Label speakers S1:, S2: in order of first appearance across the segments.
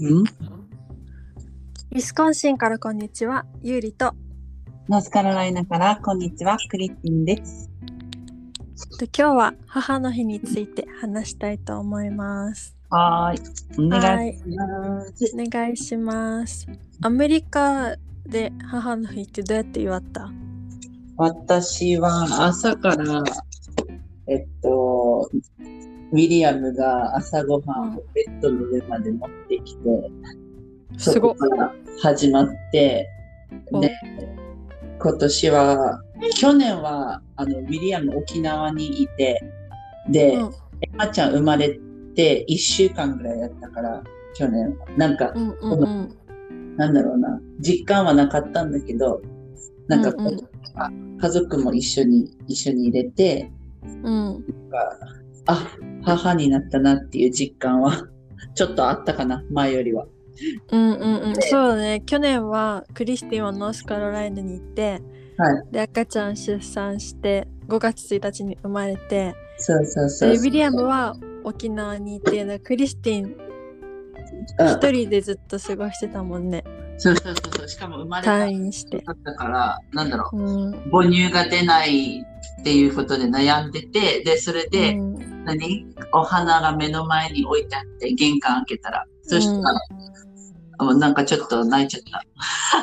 S1: うん
S2: ウィスコンシンからこんにちは、ゆうりと。
S3: ノースカロライナからこんにちはクリスティンです。
S2: で今日は母の日について話したいと思います。
S3: はーい。お
S2: は
S3: 願い
S2: い、
S3: します。
S2: お願いします。アメリカで母の日ってどうやって祝った
S3: 私は朝からえっとウィリアムが朝ごはんをベッドの上まで持ってきて、
S2: すごっ
S3: そこから始まって
S2: お
S3: で今年は去年はあのウィリアム沖縄にいてで、
S2: うん
S3: エマちゃん生まれて1週間ぐらいやったから去年はなんか、
S2: うんうんうん。
S3: なんだろうな実感はなかったんだけどなんかこう、
S2: うん
S3: 家族も一緒に一緒に入れて
S2: うん、
S3: あ母になったなっていう実感は ちょっとあったかな前よりは。
S2: うんうんうんそうだね去年はクリスティンはノースカロライナに行って、
S3: はい
S2: で赤ちゃん出産して5月1日に生まれて
S3: そうそうそ
S2: で
S3: う。
S2: ウィリアムは沖縄に行ってクリスティン
S3: うん
S2: 一人でずっと過ごしてたもんね
S3: そうそうそうそう。しかも生まれた
S2: 退院して。
S3: だったから、なんだろ
S2: うん
S3: う、母乳が出ないっていうことで悩んでて、で、それで、
S2: うん
S3: 何お花が目の前に置いてあって、玄関開けたら、そしたら、あもうなんかちょっと泣いちゃった。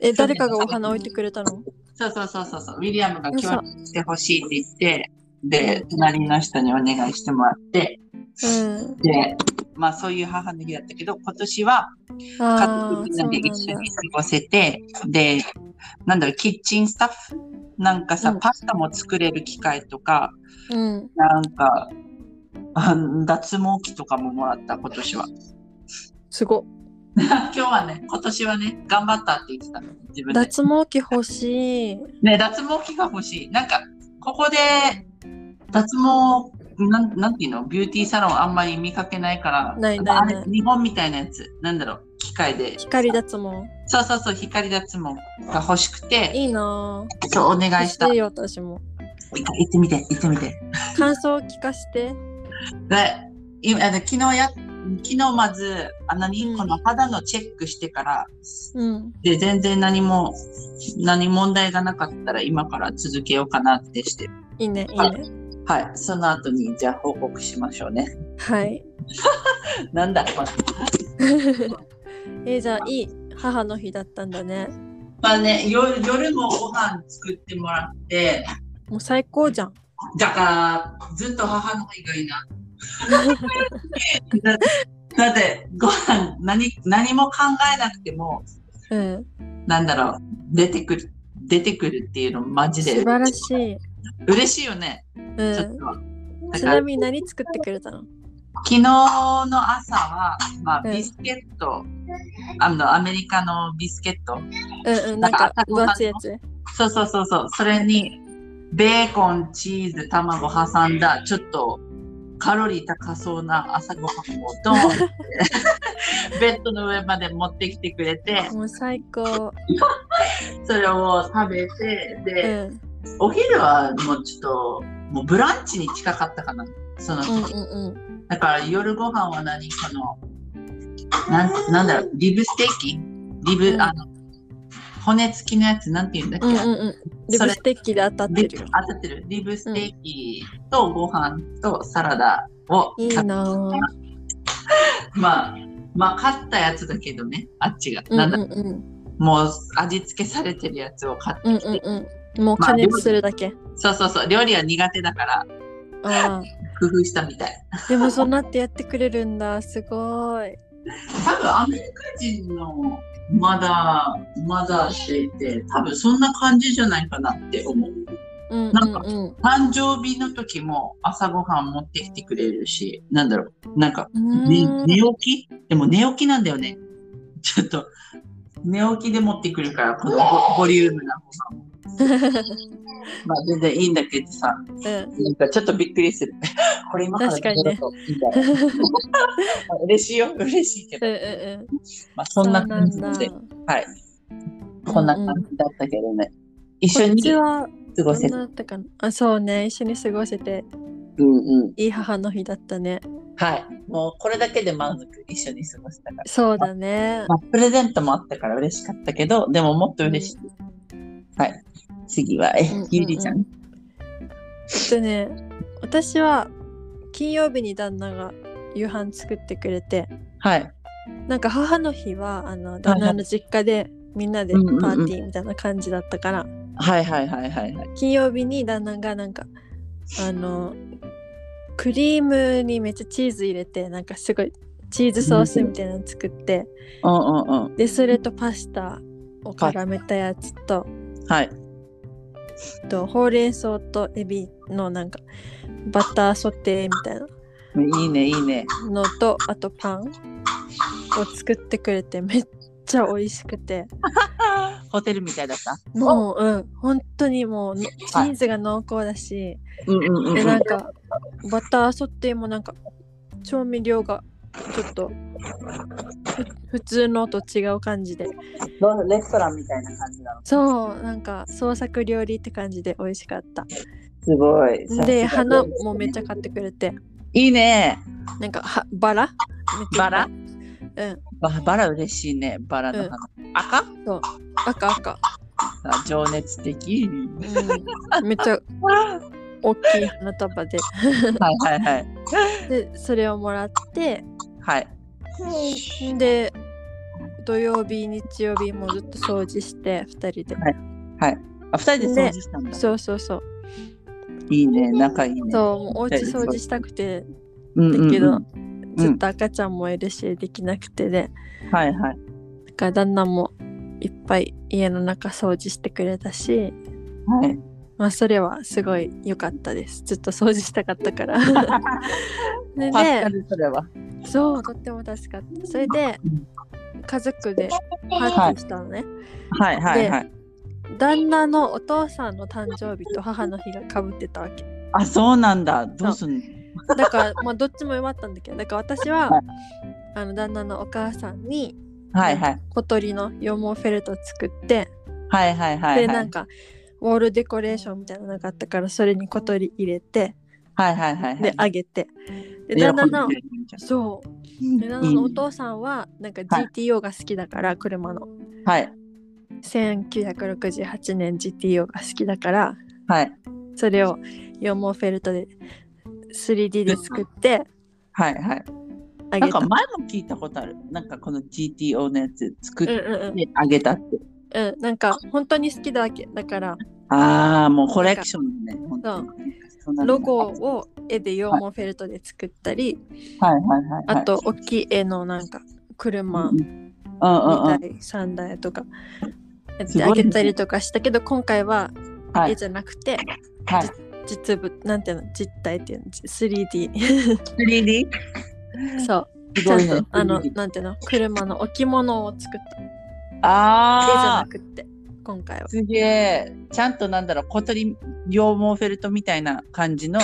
S2: え誰かがお花置いてくれたの
S3: そうそうそうそうそう、ウィリアムが
S2: 嘘
S3: 今日してほしいって言って、で、隣の人にお願いしてもらって、
S2: うん
S3: で、まあそういう母の日だったけど、今年は家
S2: あ
S3: 族
S2: あ
S3: みん
S2: そ
S3: なで
S2: うなんだ
S3: 一緒に過ごせて、で、なんだろう、キッチンスタッフなんかさ、
S2: うん
S3: パスタも作れる機械とか、
S2: うん
S3: なんか、あ脱毛器とかももらった、今年 は。
S2: すごっ
S3: 今日はね、今年はね、頑張ったって言ってた、自分で。
S2: 脱毛器欲しい
S3: ね、脱毛器が欲しい。なんか、ここで、脱毛、なんなんていうの、ビューティーサロンあんまり見かけないから、
S2: ないないない
S3: あれ日本みたいなやつ、なんだろう、機械で。
S2: 光脱毛
S3: そうそうそう、光脱毛が欲しくて、
S2: いいなぁ
S3: そう、お願いした。行
S2: 欲しいよ私も
S3: ってみて、行ってみて。
S2: 感想を聞かせて
S3: で、今あの昨日や、昨日まず、あ何、
S2: うん
S3: この肌のチェックしてから、
S2: うん
S3: で、全然何も、何問題がなかったら今から続けようかなってして、
S2: いいねいい
S3: は
S2: ね
S3: はい、その後にじゃあ報告しましょうね。
S2: はい
S3: なんだこれ。
S2: えじゃあいい母の日だったんだね
S3: まあね、夜夜もご飯作ってもらって、
S2: もう最高じゃん
S3: だからずっと母の日がいいな。 だだってご飯何何も考えなくても、
S2: うん
S3: なんだろう、出てくる、出てくるっていうのマジ
S2: 素
S3: で
S2: 晴らしい
S3: 嬉しいよね。
S2: う
S3: ちょっ
S2: ん
S3: と。だ
S2: ち
S3: から
S2: なみに何作ってくれたの
S3: 昨日の朝は、まあ、
S2: うん
S3: ビスケット、あの、アメリカのビスケット。
S2: うんうんなんか分厚いやつ
S3: そうそうそうそう。それに、ベーコン、チーズ、卵挟んだ、ちょっとカロリー高そうな朝ごはんをドーン って、ベッドの上まで持ってきてくれて、
S2: もう最高
S3: それを食べて、
S2: う
S3: で、
S2: ん
S3: お昼はもうちょっと、もうブランチに近かったかな。その
S2: うんうんうん
S3: だから夜ご飯は何この、なんなんだろう、リブステーキリブ、
S2: うん
S3: あの、骨付きのやつ、なんて言うんだっけ、
S2: うんうんうんリ
S3: そ
S2: ブ
S3: れ
S2: ステッキで当たって
S3: リ
S2: るよ
S3: 当たってるリブステーキとご飯とサラダを、
S2: いいなぁ
S3: まあ、まあ、買ったやつだけどね、あっちが。
S2: うんう
S3: なん
S2: ん
S3: だ
S2: うん
S3: もう味付けされてるやつを買って
S2: うん
S3: きて、
S2: うんうんもう加熱するだけ
S3: そうそうそう、料理は苦手だから、
S2: あ
S3: 工夫したみたい。
S2: あでもそうなってやってくれるんだすごい
S3: 多分アメリカ人のまだまだしていて多分そんな感じじゃないかなって思う
S2: うんう
S3: なん
S2: ん
S3: か
S2: うん
S3: 誕生日の時も朝ごはん持ってきてくれるしなんだろうなんか、
S2: う
S3: ね
S2: ーん
S3: 寝起きでも寝起きなんだよねちょっと寝起きで持ってくるからこのボボリュームなご飯もまあ全然いいんだけどさ
S2: うん
S3: なんかちょっとびっくりする これ今から
S2: 確かにね
S3: 食べろとみたいなまあ嬉しいよ嬉しいけ
S2: う
S3: ど、
S2: んうんうん
S3: まあ、そんな感じ
S2: そうなん
S3: で
S2: だ
S3: こんな感じだったけどね。一緒
S2: こっ
S3: に
S2: ちは
S3: 過ご
S2: どん
S3: せ
S2: な
S3: る。
S2: だったかなあそうね一緒に過ごせて
S3: うんうん。
S2: いい母の日だったね
S3: はい。もうこれだけで満足一緒に過ごしたから、
S2: そうだね。
S3: まあ、プレゼントもあったから嬉しかったけどでももっと嬉しい、はい次はえ
S2: うんうんうん
S3: ゆりちゃん、
S2: えっとね、私は金曜日に旦那が夕飯作ってくれて、
S3: はい
S2: なんか母の日はあの旦那の実家でみんなでパ
S3: うんうんうん
S2: ーティーみたいな感じだったから、
S3: はいはいはいはいはい
S2: 金曜日に旦那がなんかあのクリームにめっちゃチーズ入れてなんかすごいチーズソースみたいなの作って、
S3: うんうんうん
S2: でそれとパスタを絡めたやつと,、
S3: はい
S2: とほうれん草とエビのなんかバターソテーみたいない
S3: いねいいね
S2: のとあとパンを作ってくれてめっちゃ美味しくて
S3: ホテルみたいだった
S2: もううん本当にもうのチーズが濃厚だし、
S3: うんうんうん
S2: で
S3: うん
S2: なんかバターソテーもなんか調味料がちょっとふ普通のと違う感じで
S3: どうレストランみたいな感じなの
S2: そうなんか創作料理って感じで美味しかった
S3: すごいさすが
S2: で花
S3: 料理ですね
S2: もめっちゃ買ってくれて
S3: いいね
S2: なんかはバラめっち
S3: バ
S2: ゃ
S3: ラ
S2: うん
S3: ババラ嬉しいねバラの花、赤
S2: 赤赤、
S3: あ情熱的
S2: うん、めっちゃ大きい花束で
S3: はいはいはい
S2: でそれをもらって
S3: はい
S2: で土曜日日曜日もずっと掃除して2人で
S3: あ二人で掃除したんだ
S2: そうそうそう
S3: いいね仲いいね
S2: そうもうお家掃除したくて
S3: うんうんうん
S2: だけど
S3: ん
S2: ずっと赤ちゃんもいるしできなくてで
S3: はいはい
S2: だから旦那もいっぱい家の中掃除してくれたし
S3: はい
S2: まあそれはすごい良かったですずっと掃除したかったから で
S3: パスカ
S2: ね
S3: ルそれは
S2: そうとっても助かったそれで
S3: うん
S2: 家族でパーティーしたのね、
S3: はいはいはい
S2: 旦那のお父さんの誕生日と母の日がかぶってたわけ
S3: あそうなんだどうすんの
S2: だからまあどっちも弱ったんだけどだから私は、
S3: は
S2: あの旦那のお母さんに
S3: はいはい
S2: 小鳥の羊毛フェルト作って、
S3: はいはいはい
S2: で
S3: は
S2: ないんかウォールデコレーションみたいなのがあったからそれに小鳥入れて
S3: はいはいはいはい
S2: であげて
S3: 喜
S2: で
S3: んで
S2: 旦那の
S3: くれるんじゃん
S2: そうで旦
S3: い
S2: 那
S3: い
S2: のお
S3: ね
S2: 父さんはなんか
S3: はい
S2: GTO が好きだから車の
S3: はい
S2: 1968年 GTO が好きだから
S3: はい
S2: それを羊毛フェルトで 3D で作って
S3: はいはい
S2: あ
S3: な
S2: げ
S3: ん
S2: た
S3: か。前も聞いたことあるなんかこの GTO のやつ作
S2: う
S3: っ
S2: ん
S3: て
S2: うんうん
S3: あげたって
S2: うん、なんか本当に好きだわけだから
S3: ああもうコレクションね本当にそうなんだ
S2: ロゴを絵で羊毛フェルトで作ったり、
S3: はいはいはいはい
S2: あと大きい絵のなんか車
S3: うんうん
S2: 2
S3: うんうん
S2: 台3台とかやっ
S3: す
S2: て
S3: ごい
S2: あ
S3: ね
S2: げたりとかしたけど、今回は
S3: はい
S2: 絵じゃなくて
S3: はい
S2: 実物なんていうの実体っていうの 3D
S3: 3D
S2: そう
S3: す
S2: ちゃ
S3: ご
S2: ん
S3: いね
S2: と あの
S3: 3D
S2: なんていうの車の置物を作った絵じゃ
S3: あ
S2: な
S3: あ
S2: くって今回は
S3: すげえちゃんとなんだろう小鳥羊毛フェルトみたいな感じの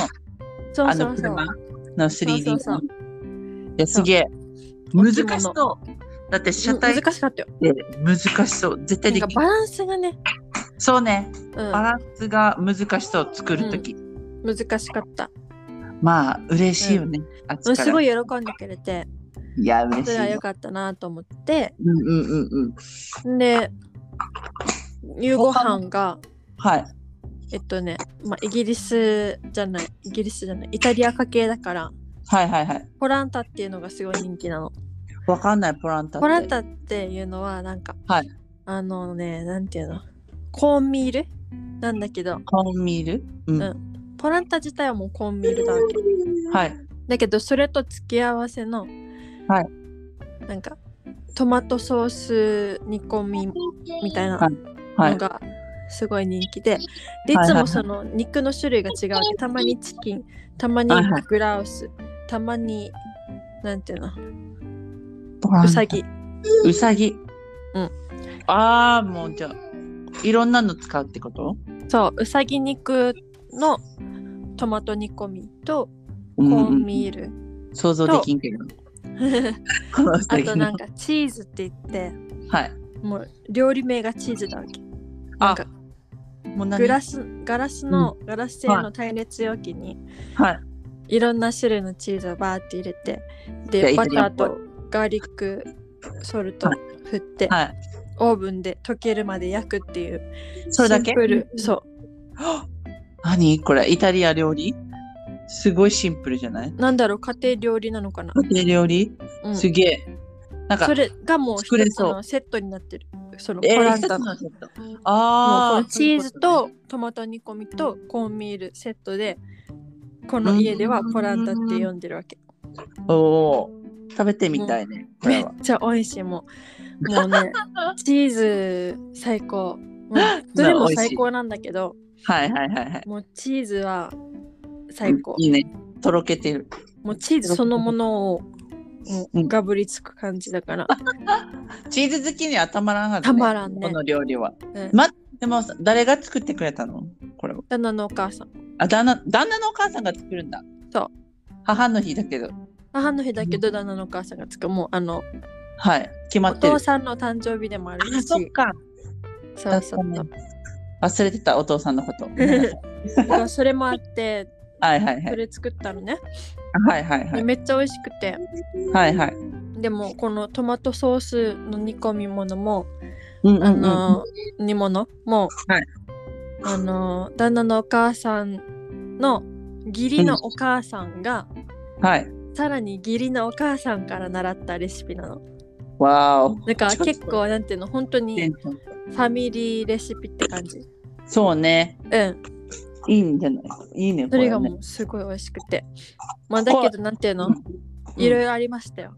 S2: そう
S3: あ
S2: そ
S3: の
S2: うそう
S3: 車の
S2: そ
S3: 3D
S2: うそう
S3: いやすげえ
S2: そう
S3: 難しそうだって車体
S2: うん難しかったよ
S3: って難しそう絶対
S2: な
S3: で
S2: んか
S3: き
S2: バランスがね、
S3: そうね
S2: うん
S3: バランスが難しそう作るとき、
S2: 難しかった。
S3: まあ嬉しいよね、あっちから
S2: すごい喜んでくれて、
S3: いや嬉
S2: そ
S3: しい
S2: れは良
S3: よ
S2: かったなと思って、
S3: うんうんうんうん
S2: で、夕ご飯が、
S3: はい
S2: えっとね、まあ、イギリスじゃない、イギリスじゃない、イタリア家系だから、
S3: はいはいはい
S2: ポランタっていうのがすごい人気なの。
S3: わかんないポランタって
S2: ポランタっていうのは、なんか、
S3: はい
S2: あのね、なんていうの、コーンミールなんだけど、
S3: コーンミールうん、
S2: うんポランタ自体はもうコーンミールだわけ。
S3: はい
S2: だけどそれと付け合わせの、
S3: はい
S2: なんかトマトソース煮込みみたいな
S3: はいは
S2: の
S3: い
S2: がすごい人気で、でい
S3: はい
S2: つ
S3: はい
S2: もその肉の種類が違うわけたまにチキンたまに
S3: はいはい
S2: グラウスたまになんていうの
S3: ポラン
S2: う
S3: タ
S2: さぎ
S3: うさぎ
S2: うん
S3: ああもうじゃあいろんなの使うってこと
S2: そううさぎ肉のトマト煮込みと
S3: う
S2: コ
S3: ん
S2: ー
S3: う
S2: ン
S3: ん、
S2: ミール、
S3: 想像できんけどこのうさ
S2: あ
S3: ぎの
S2: となんかチーズって言って
S3: はい
S2: もう料理名がチーズだわけな
S3: あ
S2: んか
S3: もう何
S2: グラスガラスの、ガラス製の耐熱容器に
S3: はい
S2: いろんな種類のチーズをバーって入れて
S3: いや
S2: で
S3: イタ
S2: バ
S3: リ
S2: タ
S3: アン
S2: ー
S3: っぽい
S2: とガーリックソルト
S3: はい
S2: 振って、
S3: はい。
S2: オーブンで溶けるまで焼くっていう
S3: それだけ
S2: シンプルそ
S3: 何これイタリア料理すごいシンプルじゃないう
S2: なんだろう家庭料理なのかな、
S3: 家庭料理、
S2: うん、
S3: す
S2: そ
S3: げえ。なんか、
S2: れがもう
S3: 作れ
S2: 一つ
S3: そう
S2: のセットになってるその
S3: え
S2: コラ
S3: ー、
S2: ンタの,、
S3: 一つのセットああ。
S2: チーズ
S3: そういうことね、
S2: とトマト煮込みとコーンミールセットでこの家ではポランタって呼んでるわけ
S3: おお。食べてみたいね。こ
S2: め
S3: れ
S2: っ
S3: は。
S2: ちゃ美味しいもうも うねチーズ最高もうどれも最高なんだけど
S3: はいはいはいはい。
S2: もうチーズは最高
S3: いいね。とろけてる。
S2: もうチーズそのものをも
S3: う
S2: うんがぶりつく感じだから、
S3: チーズ好きにはたまらんはず、ね。
S2: たまらんね
S3: この料理は。
S2: うん
S3: ま、でもさ、誰が作ってくれたのこれは。
S2: 旦那のお母さん
S3: あ、旦那、旦那のお母さんが作るんだ。
S2: そう。
S3: 母の日だけど。
S2: 母の日だけど旦那のお母さんが作るもうあの
S3: はい。決ま
S2: お
S3: ってる
S2: 父。さんの誕生日でもある
S3: あ、
S2: し
S3: そっか。
S2: そ
S3: だ
S2: う
S3: っ
S2: そ
S3: た
S2: う
S3: ね
S2: そう
S3: 忘れてたお父さんの こと。
S2: だからそれもあって
S3: はいはい は
S2: そ
S3: い。
S2: れ作ったのね、
S3: はいはいは
S2: で
S3: い。
S2: めっちゃ美味しくて
S3: はいはい。
S2: でもこのトマトソースの煮込み物も
S3: うんうん
S2: あ
S3: うん。
S2: の、煮物も、
S3: はい
S2: あの旦那のお母さんの義理のお母さんが、
S3: はい。
S2: さらに義理のお母さんから習ったレシピなの
S3: わーお。
S2: だから結構なんていうの本当にファミリーレシピって感じ
S3: そうね。
S2: うん
S3: いいんじゃないいいね。
S2: それが
S3: こね
S2: もうすごい美味しくてまあだけどなんていうのいろいろありましたよ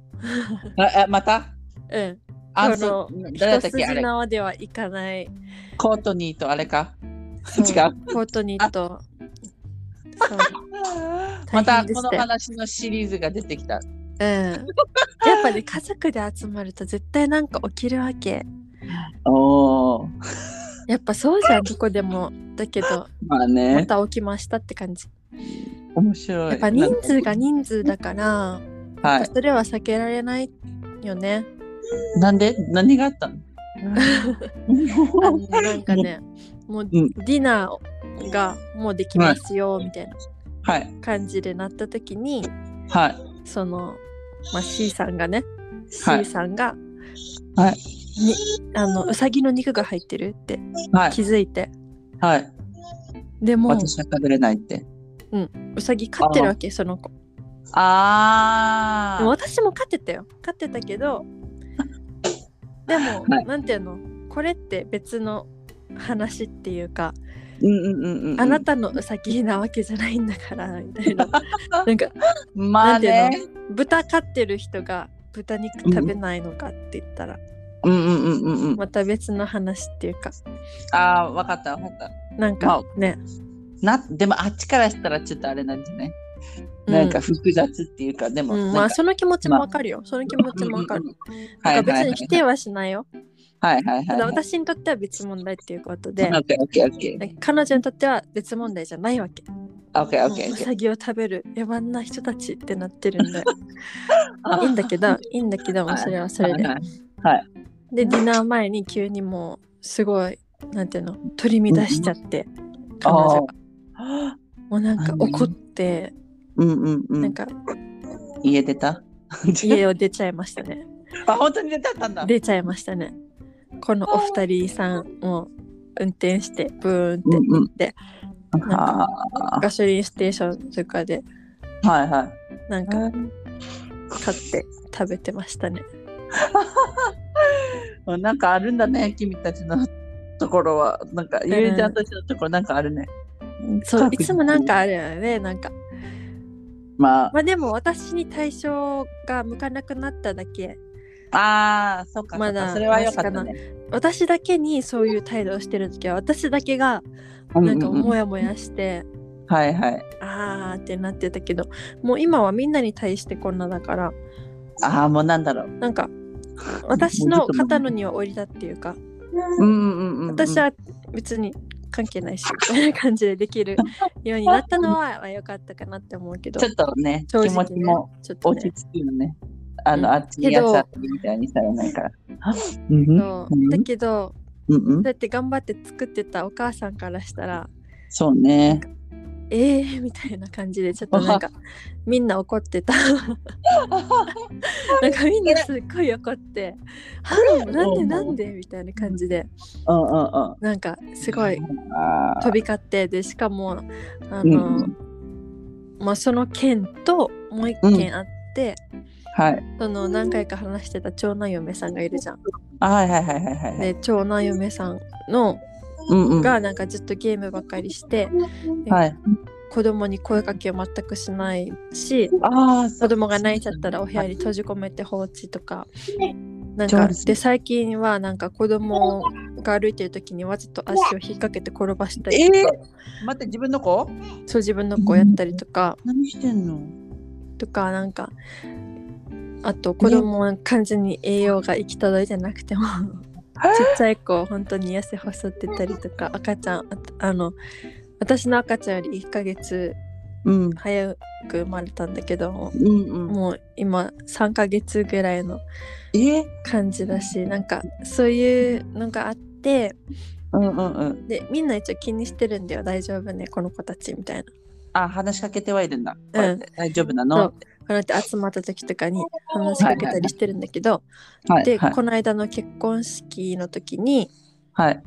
S3: うんああまた
S2: うん
S3: あ
S2: あの
S3: そう誰だっ
S2: 一
S3: たっけあ
S2: 筋
S3: れ
S2: 縄ではいかない
S3: コートニーとあれか
S2: そう
S3: 違う
S2: コートニーとそう
S3: ま
S2: 大
S3: た
S2: 変で
S3: こ
S2: し
S3: の
S2: たよ
S3: 話のシリーズが出てきた。
S2: うん、やっぱね家族で集まると絶対なんか起きるわけ
S3: おお。
S2: やっぱそうじゃんどこでもだけど
S3: まあ
S2: ま
S3: ね。
S2: た起きましたって感じ
S3: 面白い。
S2: やっぱ人数が人数だから
S3: はい。
S2: それは避けられないよね
S3: なんで何があったの
S2: あのなんかねもう
S3: うん
S2: ディナーがもうできますよみたいな
S3: はい
S2: 感じでなった時に
S3: はい
S2: その、まあ、C さんがね C
S3: はい
S2: さんが、
S3: はい
S2: にあのうさぎの肉が入ってるって
S3: はい
S2: 気づいて
S3: はい
S2: でも
S3: 私は食べれないって
S2: うさぎ飼ってるわけその子
S3: あ
S2: でも私も飼ってたよ飼ってたけ どでも、
S3: はい
S2: なんていうのこれって別の話っていうか、
S3: うんうんうんうん
S2: あなたのうさぎなわけじゃないんだ からみたいななんか
S3: まあ
S2: なんて
S3: ね
S2: 豚飼ってる人が豚肉食べないのかって言ったら、
S3: うんうんうんうんうん
S2: また別の話っていうか
S3: ああわかったわかった
S2: なん
S3: ま
S2: かね、
S3: なでもあっちからしたらちょっとあれなんじゃない、
S2: うん
S3: なんか複雑っていうかでも、
S2: うん
S3: なんか
S2: まあその気持ちもわかるよ、その気持ちもわかる、
S3: うんうんは
S2: ないんか
S3: はい
S2: 別に否定はしないよ、
S3: はいはいはい
S2: ただ
S3: はい
S2: 私にとっては別問題っていうことで、
S3: オッケーオッケーオッケー
S2: なんか彼女にとっては別問題じゃないわけ。
S3: オッケーオッケー
S2: う
S3: オッケ
S2: さぎを食べる野蛮な人たちってなってるんで
S3: ー
S2: いいんだけどいいんだけども
S3: はい
S2: それはそれで
S3: はいはい
S2: でディナー前に急にもうすごいなんていうの取り乱しちゃって
S3: あ
S2: 彼女
S3: ー
S2: がもうなんか怒って
S3: うんうんう
S2: なん
S3: ん
S2: か
S3: 家出た
S2: 家を出ちゃいましたね
S3: あ本当に出ちゃったんだ
S2: 出ちゃいましたねこのお二人さんを運転してブーンって
S3: うんうん
S2: でなん
S3: あ
S2: かガソリンステーションとかで
S3: ーはいはい
S2: なんか買って食べてましたね
S3: うんなんかあるんだね、君たちのところは。なんか、ゆうちゃんたちのところなんかあるね。
S2: そう
S3: 各
S2: い
S3: 自
S2: つもなんかあるよねなんか
S3: まあ、
S2: まあでも私に対象が向かなくなっただけ
S3: ああ、そっか、
S2: ま
S3: ま
S2: だ
S3: だ、それは良かったね。
S2: 私だけにそういう態度をしてる時は私だけが
S3: うん
S2: なん
S3: う
S2: か
S3: んうん
S2: モヤモヤして、
S3: はいはい。
S2: あーってなってたけどもう今はみんなに対してこんなだから
S3: ああ、もうなんだろう。
S2: なんか私の肩の荷は降りたっていうか
S3: うんうんうんうん。
S2: 私は別に関係ないしみたいな感じでできるようになったのはまあ良かったかなって思うけど
S3: ちょっとね、
S2: 正
S3: 気
S2: 直
S3: 持ちも
S2: ねちょっと
S3: 落ち
S2: ね
S3: 着くよね。あ
S2: うん
S3: の、あっちに
S2: けど
S3: やつみたいにされないから。うんうん
S2: そうだけど、
S3: うんうん
S2: だって頑張って作ってたお母さんからしたら
S3: そうね。
S2: ええみたいな感じでちょっとなんかみんな怒ってたなんかみんなすっごい怒って「ハローなんでなんで?」みたいな感じで
S3: うんうんうん。
S2: なんかすごい
S3: あ
S2: 飛び交ってでしかもあ
S3: ーうん
S2: の、
S3: うん
S2: まあ、その件ともう一件あって、
S3: はい。
S2: その何回か話してた長男嫁さんがいるじゃん。
S3: あはいはいはいはいはいはい。
S2: で長男嫁さんの
S3: うんうん。は
S2: がなんかずっとゲームばっかりして
S3: い。
S2: 子供に声かけを全くしないし
S3: ああ、
S2: 子
S3: そ
S2: 供が泣いちゃったらお部屋に閉じ込めて放置とか。なん
S3: そう
S2: か
S3: ですね
S2: で最近はなんか子供が歩いてる時にわざと足を引っ掛けて転ばしたりとか、
S3: 待って、自分の子
S2: そう自分の子をやったりとか、
S3: 何してんの
S2: とかなんかあと子供は完全に栄養が行き届いてなくてもちっちゃい子本当に痩せ細ってたりとか赤ちゃんあとあの私の赤ちゃんより1ヶ月
S3: うん。
S2: 早く生まれたんだけど
S3: うんうん。
S2: もう今3ヶ月ぐらいの
S3: え
S2: 感じだしなんかそういうのがあって
S3: うんうんうん。
S2: でみんな一応気にしてるんだよ大丈夫ねこの子たちみたいな。
S3: あ、話しかけてはいるんだ。
S2: うん
S3: 大丈夫な
S2: そ
S3: の
S2: うこうやって集まった時とかに話しかけたりしてるんだけど、
S3: はい
S2: で、
S3: はい
S2: この間の結婚式の時に
S3: はい。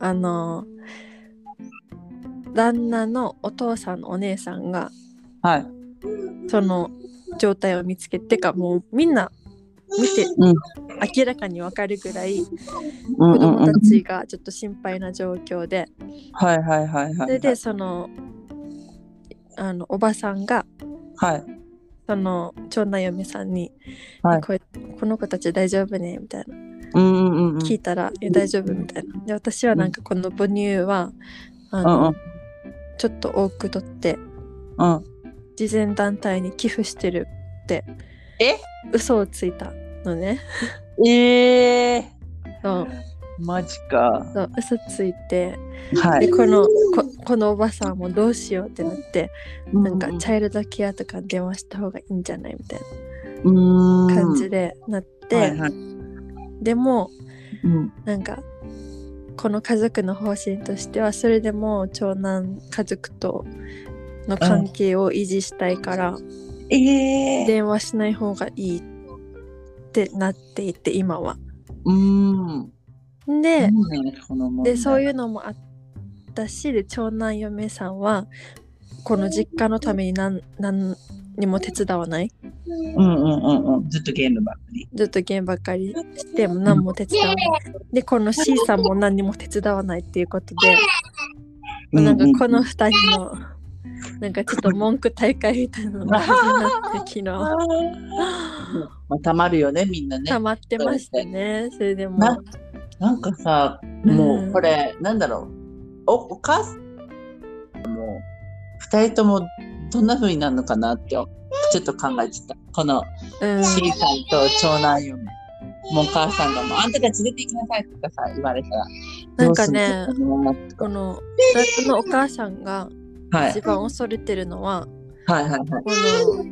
S2: あの旦那のお父さんのお姉さんが
S3: はい。
S2: その状態を見つけてかもうみんな見て、
S3: うん
S2: 明らかにわかるぐらい
S3: うん
S2: 子
S3: うん
S2: 供
S3: うん
S2: た。ちがちょっと心配な状況で、
S3: はいはいはいはい。
S2: それで、そのあのおばさんが
S3: はい。
S2: その長男嫁さんに、
S3: はい
S2: ここの子たち大丈夫ね?」みたいな
S3: うんうんうんうん。
S2: 聞いたら「え大丈夫?」みたいな。で私はなんかこの母乳はあ
S3: う
S2: の、
S3: んうん
S2: ちょっと多く取って
S3: うん。
S2: 慈善団体に寄付してるって
S3: え
S2: 嘘をついたのね
S3: ええ
S2: そう
S3: マジか。
S2: そう嘘ついて
S3: は
S2: で
S3: い。
S2: このここのおばさんもどうしようってなってなんかチ
S3: ゃ
S2: ャイルドケアとか電話した方がいいんじゃないみたいな感
S3: 感
S2: じでなって、
S3: はいはい
S2: でも
S3: うん
S2: なんかこの家族の方針としてはそれでも長男家族との関係を維持したいから、
S3: ええ
S2: 電話しない方がいいってなっていて今は。
S3: うん。。
S2: で,、でそういううのもあったしで長男嫁さんはこの実家のために何何にも手伝わない
S3: うんうんうんうん。ずっとゲームばっかり。
S2: ずっとゲームばっかりしても何も手伝わないでこの C さんも何にも手伝わないっていうことで、
S3: う
S2: なん
S3: う
S2: かこの2人のなんかちょっと文句大会みたいなのが始まって昨
S3: あ
S2: 日
S3: ーまあ、たまるよね、みんなね
S2: 溜。まってましたねそれでも
S3: ななんかさ、もうこれ、なんだろう。おお母さんも、二人ともどんな風になるのかなって、ちょっと考えてた。この
S2: うん、
S3: C さんと長男嫁。もうお母さんがもう、あんたたち出て行きなさいとかさ、言われたら。
S2: なんかね
S3: どうするのかなと
S2: こ
S3: か
S2: の大学のお母さんが
S3: はい
S2: 一番恐れてるのは、
S3: はいはいはい。
S2: この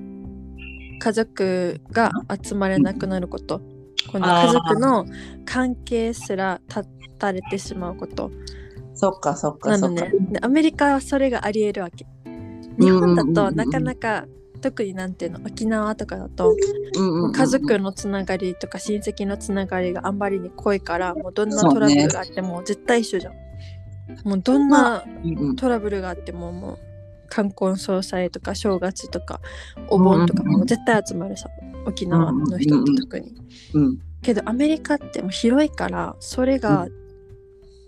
S2: 家族が集まれなくなることこの
S3: あー
S2: 家族の関係すら断たれてしまうこと
S3: そっかそっか
S2: な
S3: そ
S2: の
S3: っか
S2: ね。でアメリカはそれがありえるわけ日本だとなかなか特になんていうの沖縄とかだと
S3: うんうんうん
S2: 家族のつながりとか親戚のつながりがあんまりに濃いからもうどんなトラブルがあっても絶対一緒じゃんもうどんな
S3: うんうん
S2: トラブルがあってももう冠婚葬祭とか正月とかお盆とか
S3: うんうんうん
S2: もう絶対集まるさ沖縄の人って特に。
S3: うん。
S2: けどアメリカってもう広いからそれが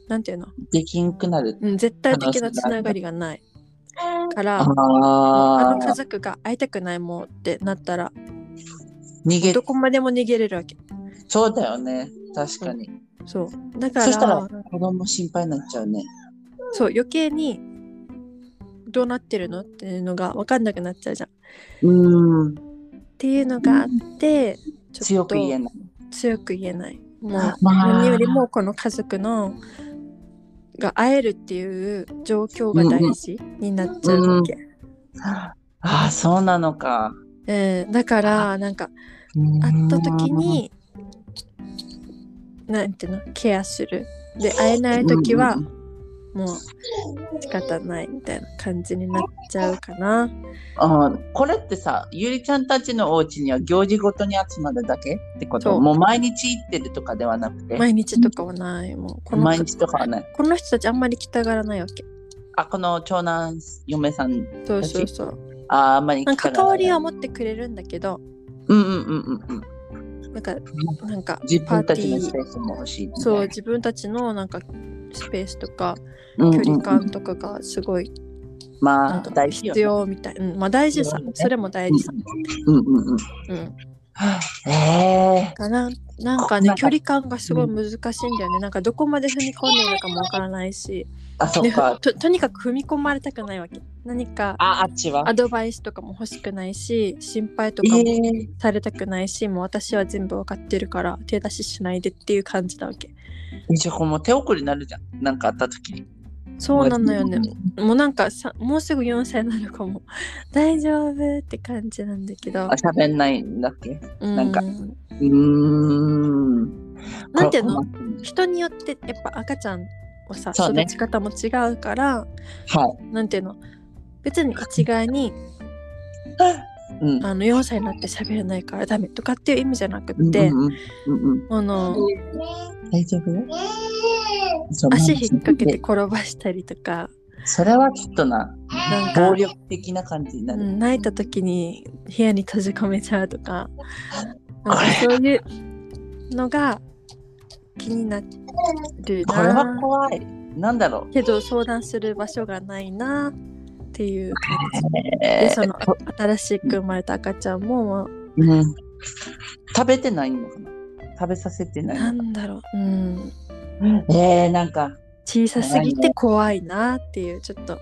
S2: なんていうの、
S3: できんくなる。
S2: うん、絶対的なつながりがないから
S3: あ
S2: もうあの
S3: あ
S2: 家族が会いたくないもんってなったら
S3: ー、逃げ
S2: どこまでも逃げれるわけ。
S3: そうだよね。確かに。
S2: そうだか
S3: そしたら
S2: ら
S3: 子供心配になっちゃうね。
S2: そう余計にどうなってるのっていうのが分かんなくなっちゃうじゃん。っ
S3: うん。
S2: ていうのがあってちょ
S3: 強
S2: っと
S3: く言えない。
S2: 強く言えないもう
S3: まあ
S2: 何よりもこの家族のが会えるっていう状況が大事になっちゃうわけ、
S3: ああ、そうなのか。
S2: えーだからなんか
S3: うん
S2: 会った時。になんていうのケアするで会えない時は
S3: うん
S2: もう仕方ないみたいな感じになっちゃうかな。
S3: あーこれってさゆりちゃんたちのお家には行事ごとに集まるだけってこ
S2: そ
S3: と
S2: う
S3: もう毎日行ってるとかではなくて
S2: 毎日とかはない。もうこの
S3: 毎日とかはない
S2: この人たちあんまり来たがらないわけ。
S3: あこの長男嫁さん
S2: そうそうそう。
S3: あーあんまり
S2: なん
S3: 来たがら
S2: か関
S3: な
S2: わ
S3: い
S2: りは持ってくれるんだけど、
S3: うんうんうんうんうん
S2: なんかなんか
S3: 自
S2: パー
S3: 分
S2: テ
S3: たち
S2: ィ
S3: のス
S2: ー
S3: ペ、ースも欲しい
S2: そう自分たちのなんかスペースとか
S3: 距
S2: 距離感とかがすごいな
S3: ま
S2: ん
S3: あ
S2: だろう
S3: 大事よ
S2: 必要みたい。うん、まあ大事さ
S3: 必要だね、
S2: それも大事さ。
S3: うんうんうん
S2: うん。
S3: ええ
S2: かななんかね
S3: なんか
S2: 距離感がすごい難しいんだよね。なんかどこまで踏み込んでるかもわからないし、
S3: あそ
S2: で
S3: っか
S2: ととにかく踏み込まれたくないわけ。何か
S3: ああっちは
S2: アドバイスとかも欲しくないし心配と
S3: え
S2: かも
S3: ー
S2: されたくないし、もう私は全部わかってるから手出ししないでっていう感じなわけ
S3: じゃあこうもう手遅れになるじゃんなんかあった時に
S2: そうなのよね
S3: も
S2: もうなんかさもうすぐ4歳なのかも 大丈夫って感じなんだけど
S3: あ、喋んないんだっけ
S2: うん、
S3: なんかうーん
S2: なんていうの
S3: これ
S2: 人によってやっぱ赤ちゃんをさ、
S3: そうね
S2: 育ち方も違うから
S3: はい
S2: なんていうの別に一概に
S3: うん
S2: あの4歳になって喋れないからダメとかっていう意味じゃなく
S3: うん
S2: って、
S3: うんうんうん
S2: あの
S3: 大丈夫よ
S2: 足引っ掛けて転ばしたりとか
S3: それはちょっとな
S2: なんか
S3: 暴力的な感じにな
S2: う
S3: る
S2: ん、泣いた時に部屋に閉じ込めちゃうとか
S3: これ
S2: なんかそういうのが気になる
S3: これは
S2: な
S3: 怖いなんだろ
S2: けど相談する場所がないなっていう感じ
S3: うえ
S2: でそ
S3: ー
S2: の新しく生まれた赤ちゃんも
S3: うん食べてないのかな食べさせてない
S2: な
S3: の
S2: んだろう、うん、
S3: えー、なんか
S2: 小さすぎて怖いなっていうちょっと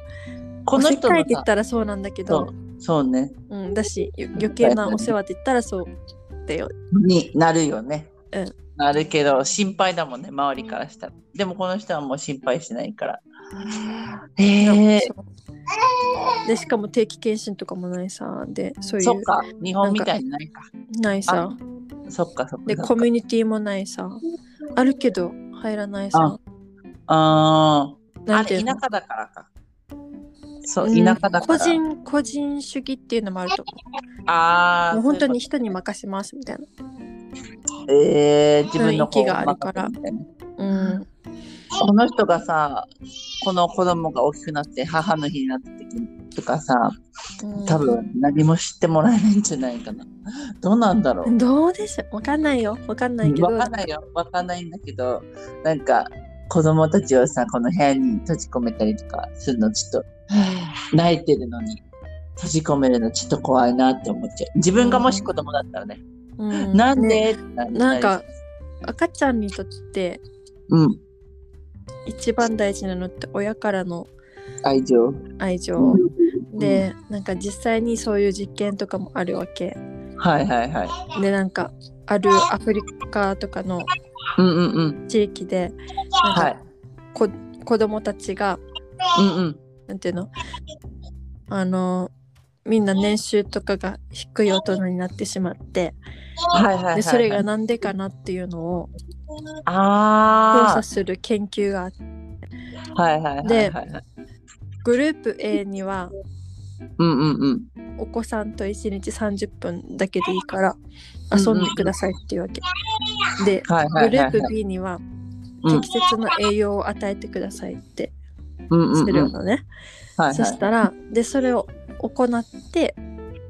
S3: この人
S2: おせっかい
S3: の
S2: って言っ
S3: さ
S2: たらそうなんだけど、
S3: そうね
S2: うん、だしよ余計なお世話って言ったらそうだよ
S3: になるよね、
S2: うん
S3: なるけど心配だもんね周りからしたらでもこの人はもう心配しないからえー、
S2: そうでしかも定期検診とかもないさでそうい
S3: そっ
S2: う
S3: か日本みたいにないか
S2: ないさ
S3: そっかそっか
S2: で
S3: そっ
S2: コ
S3: か
S2: ミュニティもないさあるけど入らないさ
S3: あー
S2: な
S3: あ
S2: んてい
S3: れ
S2: う
S3: 田
S2: の
S3: 舎だからかそう
S2: うん
S3: 田舎だから、
S2: 個人個人主義っていうのもあると
S3: ああ
S2: 思うもう本当に人に任せますみたいな
S3: えー、自分の
S2: 雰囲気
S3: を
S2: があるから
S3: 任せてみたいな
S2: うん
S3: この人がさこの子供が大きくなって母の日になった時とかさ、
S2: うん
S3: 多分何も知ってもらえないんじゃないかな。どうなんだろう。
S2: どうでしょうわかんないよわかんないけど
S3: わかんないよ。わかんないんだけど、なんか子供たちをさ、この部屋に閉じ込めたりとかするの、ちょっと泣いてるのに閉じ込めるのちょっと怖いなって思っちゃう。自分がもし子供だったらね、
S2: うん
S3: なんで、
S2: ね
S3: ってな
S2: なんか、赤ちゃんにとって
S3: うん、
S2: 一番大事なのって親からの
S3: 愛情。
S2: 愛情、でなんか実際にそういう実験とかもあるわけ
S3: うん、はいはいはい。
S2: でなんかあるアフリカとかの
S3: うんうんうん。
S2: 地域でなん
S3: は
S2: か
S3: い。
S2: こ子供たちが
S3: うんうん。
S2: なんていうのあのみんな年収とかが低い大人になってしまって
S3: はいはいはい、はい。
S2: でそれがなんでかなっていうのを調
S3: あ
S2: 査する研究があって
S3: あ。はいはいはいはいはい。
S2: グループ A には
S3: うんうんうん。
S2: お子さんと1日30分だけでいいから遊んでくださいっていうわけで
S3: はいは
S2: グ
S3: い
S2: ル
S3: はい、は
S2: ー
S3: い。
S2: プ B には
S3: うん
S2: 適切な栄養を与えてくださいって
S3: うんうんう
S2: す
S3: ん
S2: るのね、
S3: はい
S2: そしたらでそれを行って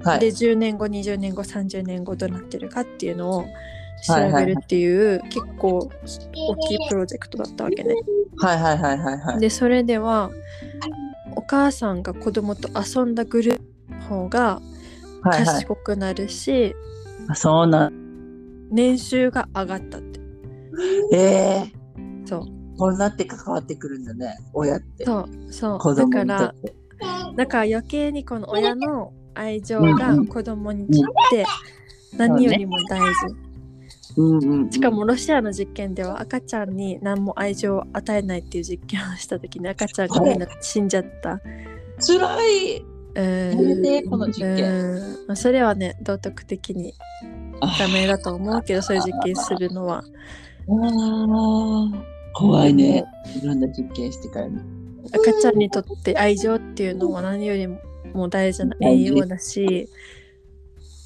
S3: はい
S2: で10年後20年後30年後どうなってるかっていうのを調べるっていう結構大きいプロジェクトだったわけね。
S3: はいはいはいはいはい。
S2: でそれではお母さんが子供と遊んだグループの方が
S3: はいはい、
S2: 賢くなるし
S3: あそうなん。
S2: 年収が上がったって。
S3: ええ
S2: そう
S3: こうなって関わってくるんだね、親って。
S2: そうそ
S3: 子
S2: うだ
S3: 供
S2: か
S3: にと
S2: ら
S3: って。
S2: だから余計にこの親の愛情が子供にとって何よりも大事。
S3: うんうんうん
S2: しかもロシアの実験では赤ちゃんに何も愛情を与えないっていう実験をした時に赤ちゃんがみんな死んじゃった。
S3: 辛い。
S2: う
S3: やめて
S2: ーん
S3: この実験
S2: うーんそれはね道徳的にダメだと思うけどそういう実験するのは。
S3: あー怖いね。いろんな実験してからね。
S2: 赤ちゃんにとって愛情っていうのは何よりも大事な栄養だし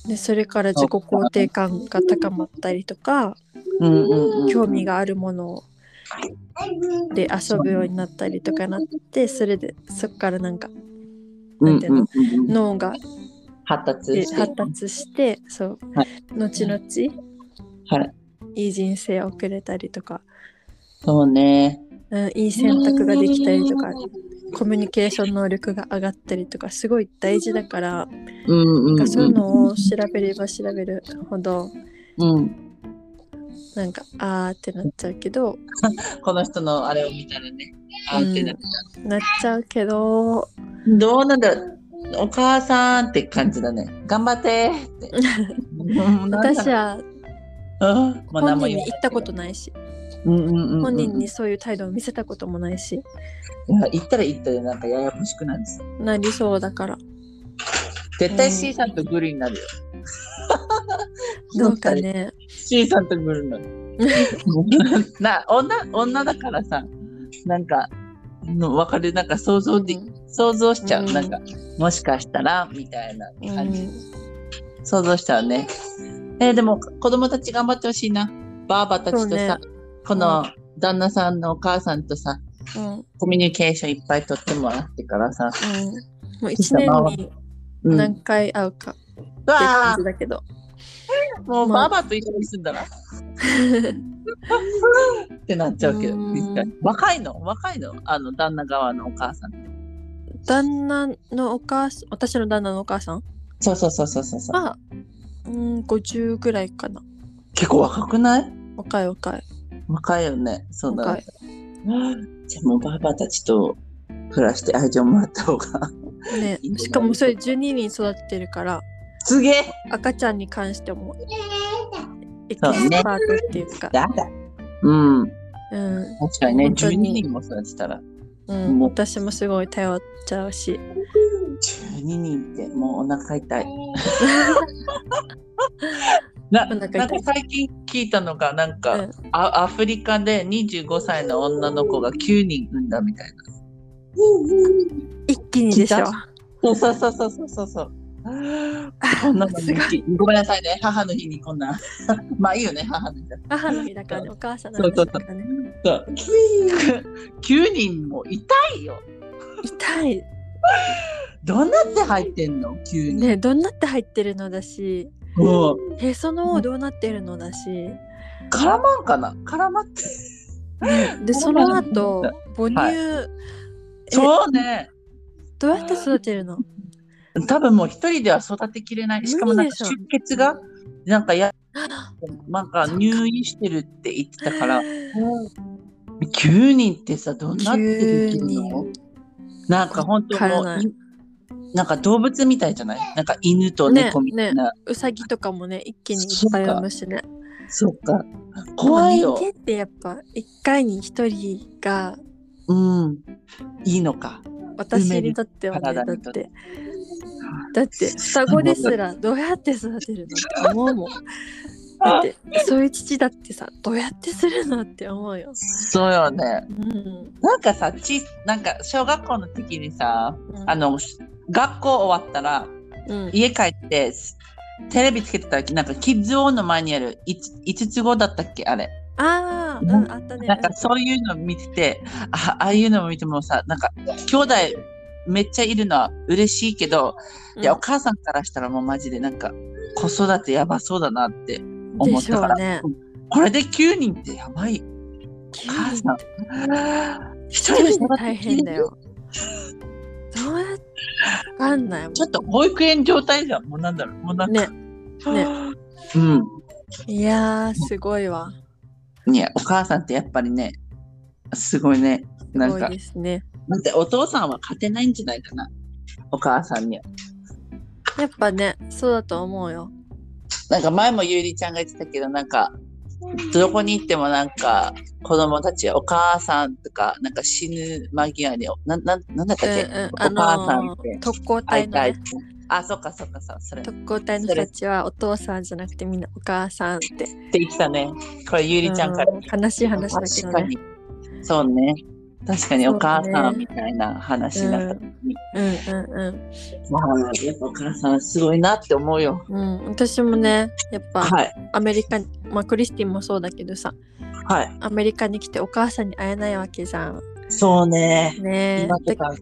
S2: でそれから自己肯定感が高まったりとか
S3: うんうんうん、
S2: 興味があるもので遊ぶようになったりとかなってそれでそっからなんか
S3: うん
S2: な
S3: うんん
S2: ていううんの
S3: うん、
S2: 脳が
S3: 発達
S2: で
S3: して
S2: 発達してそう
S3: はい
S2: 後々
S3: はい
S2: いい人生を送れたりとか、
S3: そうね
S2: うん、いい選択ができたりとかコミュニケーション能力が上がったりとかすごい大事だから
S3: うんうんう
S2: なん
S3: ん
S2: かそういうのを調べれば調べるほど
S3: うん、
S2: なんかあーってなっちゃうけど
S3: この人のあれを見たらねあーってなる、
S2: なっちゃうけど
S3: どうなんだろうお母さんって感じだね頑張ってー って
S2: 私
S3: は
S2: は本人に言ったことないし本
S3: 本
S2: 人にそういう態度を見せたこともないし
S3: 言ったら言ったでなんかややこしくなるんですよ
S2: なりそうだから
S3: 絶対 C さんとグルになるよ、
S2: どう かね
S3: C さんとグルになる な女女だからさなんかの分かるなんか想像で、想像しちゃう、
S2: うん
S3: なんかもしかしたらみたいな
S2: うん
S3: 感じ、想像したらねえーでも子供たち頑張ってほしいなばあばたちと
S2: そうね
S3: さ、この旦那さんのお母さんとさ
S2: うんうん
S3: コミュニケーションいっぱい取ってもらってからさ、
S2: うんもう1年に
S3: うん、
S2: 何回会うかって
S3: うわ
S2: 感
S3: あ
S2: じだけど、
S3: もう
S2: ま
S3: ば
S2: あ
S3: あばと一緒に住んだらってなっちゃうけど
S2: うん
S3: 確かに若いの若いのあの旦那側のお母さんって
S2: 旦那のお母さん私の旦那のお母さん
S3: そうそうそうそうそうそう
S2: はうん50ぐらいかな
S3: 結構若くない
S2: 若い若い
S3: 若いよねそうだ
S2: 若い
S3: ね じゃあもうばあばたちと暮らして愛情もらった方が
S2: ね
S3: いいね
S2: しかもそれ12人育ててるから
S3: すげえ
S2: 赤ちゃんに関してもエキ
S3: そうね
S2: スパートっていうか
S3: だだうん
S2: うん
S3: 確かにね
S2: 本当
S3: 12
S2: に
S3: 人も育てたら
S2: うん、
S3: もう
S2: 私もすごい頼っちゃうし
S3: 12人ってもうお腹痛い な
S2: お腹痛い
S3: なんか最近聞いたのがなんか、
S2: うん
S3: あアフリカで25歳の女の子が9人産んだみたいな。
S2: 一気にでし
S3: 聞い
S2: ょ
S3: たそうそうそうそうそうそうそう。こんなの
S2: すご
S3: 日ごめんなさいね母の日にこんな まあいいよね母の日だ
S2: 母の日だからねお母さんの日だからね
S3: そう9人も痛いよ
S2: 痛い
S3: どんなって入ってんの9人、
S2: ねどんなって入ってるのだし
S3: もう
S2: へその緒どうなってるのだし
S3: 絡まんかな絡まって
S2: でその後母乳、
S3: は
S2: え
S3: そうね
S2: どうやって育てるの
S3: 多分もう一人では育てきれない。しかもなんか
S2: 無
S3: 出
S2: 理
S3: 血が、なんかや、なんか入院してるって言ってたから、9人ってさ、どんなってできるの
S2: 9
S3: なんか本当も
S2: わからな
S3: う
S2: い
S3: い、なんか動物みたいじゃないなんか犬と猫みたいな。
S2: うさぎとかもね一気にいっぱい産むしね
S3: そっか。怖いよ
S2: で。も人間ってやっぱ一回に一人が
S3: うん。いいのか。
S2: 私にとってはねだ
S3: 体
S2: っ
S3: にとって
S2: てだって双子ですらどうやって育てるのって思うもん だってそういう父だってさどうやってするのって思うよ
S3: そうよね。
S2: うん、
S3: なんかさ、ち、なんか小学校の時にさ、
S2: うん、
S3: あの、学校終わったら、
S2: うん、
S3: 家帰ってすテレビつけてたらなんかキッズオンの前にあるいつ五つ子だったっけあれ
S2: ああ、うん、あったね。
S3: なんかそういうの見ててあああいうのも見てもさなんか兄弟めっちゃいるのは嬉しいけど、
S2: うん
S3: いやお母さんからしたらもうマジでなんか子育てやばそうだなって思ったから、
S2: でしょうね
S3: うんこれで9人ってやばいお母さん一人で
S2: 一人
S3: 育て
S2: で大
S3: きれる
S2: 変だよ。どうやってわかんないも。
S3: ちょっと保育園状態じゃんもうなんだろうもうなんんか
S2: ね、ね
S3: うん
S2: いやー、すごいわ。
S3: いや、お母さんってやっぱりね、すごいね。な
S2: す
S3: ん
S2: ご
S3: か、
S2: いですね。
S3: だってお父さんは勝てないんじゃないかな。お母さんには。
S2: やっぱね、そうだと思うよ。
S3: なんか前もゆうりちゃんが言ってたけど、なんか、どこに行ってもなんか、子供たちはお母さんとか、なんか死ぬ間際に、な、ななんだったっ
S2: う
S3: け、
S2: んうん、
S3: お母さん
S2: あの
S3: って
S2: ー、特攻
S3: 会
S2: 隊
S3: い
S2: の
S3: たい
S2: ね、
S3: って。あ、そっかそっかそう、それ。って
S2: 特攻隊の人たちはお父さんじゃなくてみんなお母さんって。
S3: 言ってたね。これゆうりちゃんから。
S2: うん悲しい話だけど
S3: 確か
S2: ね。
S3: に。そうね。確かに
S2: そう
S3: お
S2: だ
S3: 母
S2: ね
S3: さんみたいな話になった時に、
S2: うんうんうん
S3: まあやっぱお母さんすごいなって思うよ。
S2: うん、私もねやっぱ
S3: はい
S2: アメリカに、まあ、クリスティンもそうだけどさ
S3: はい。
S2: アメリカに来てお母さんに会えないわけじゃん。
S3: そうね。
S2: ねえ
S3: 今と
S2: だ
S3: か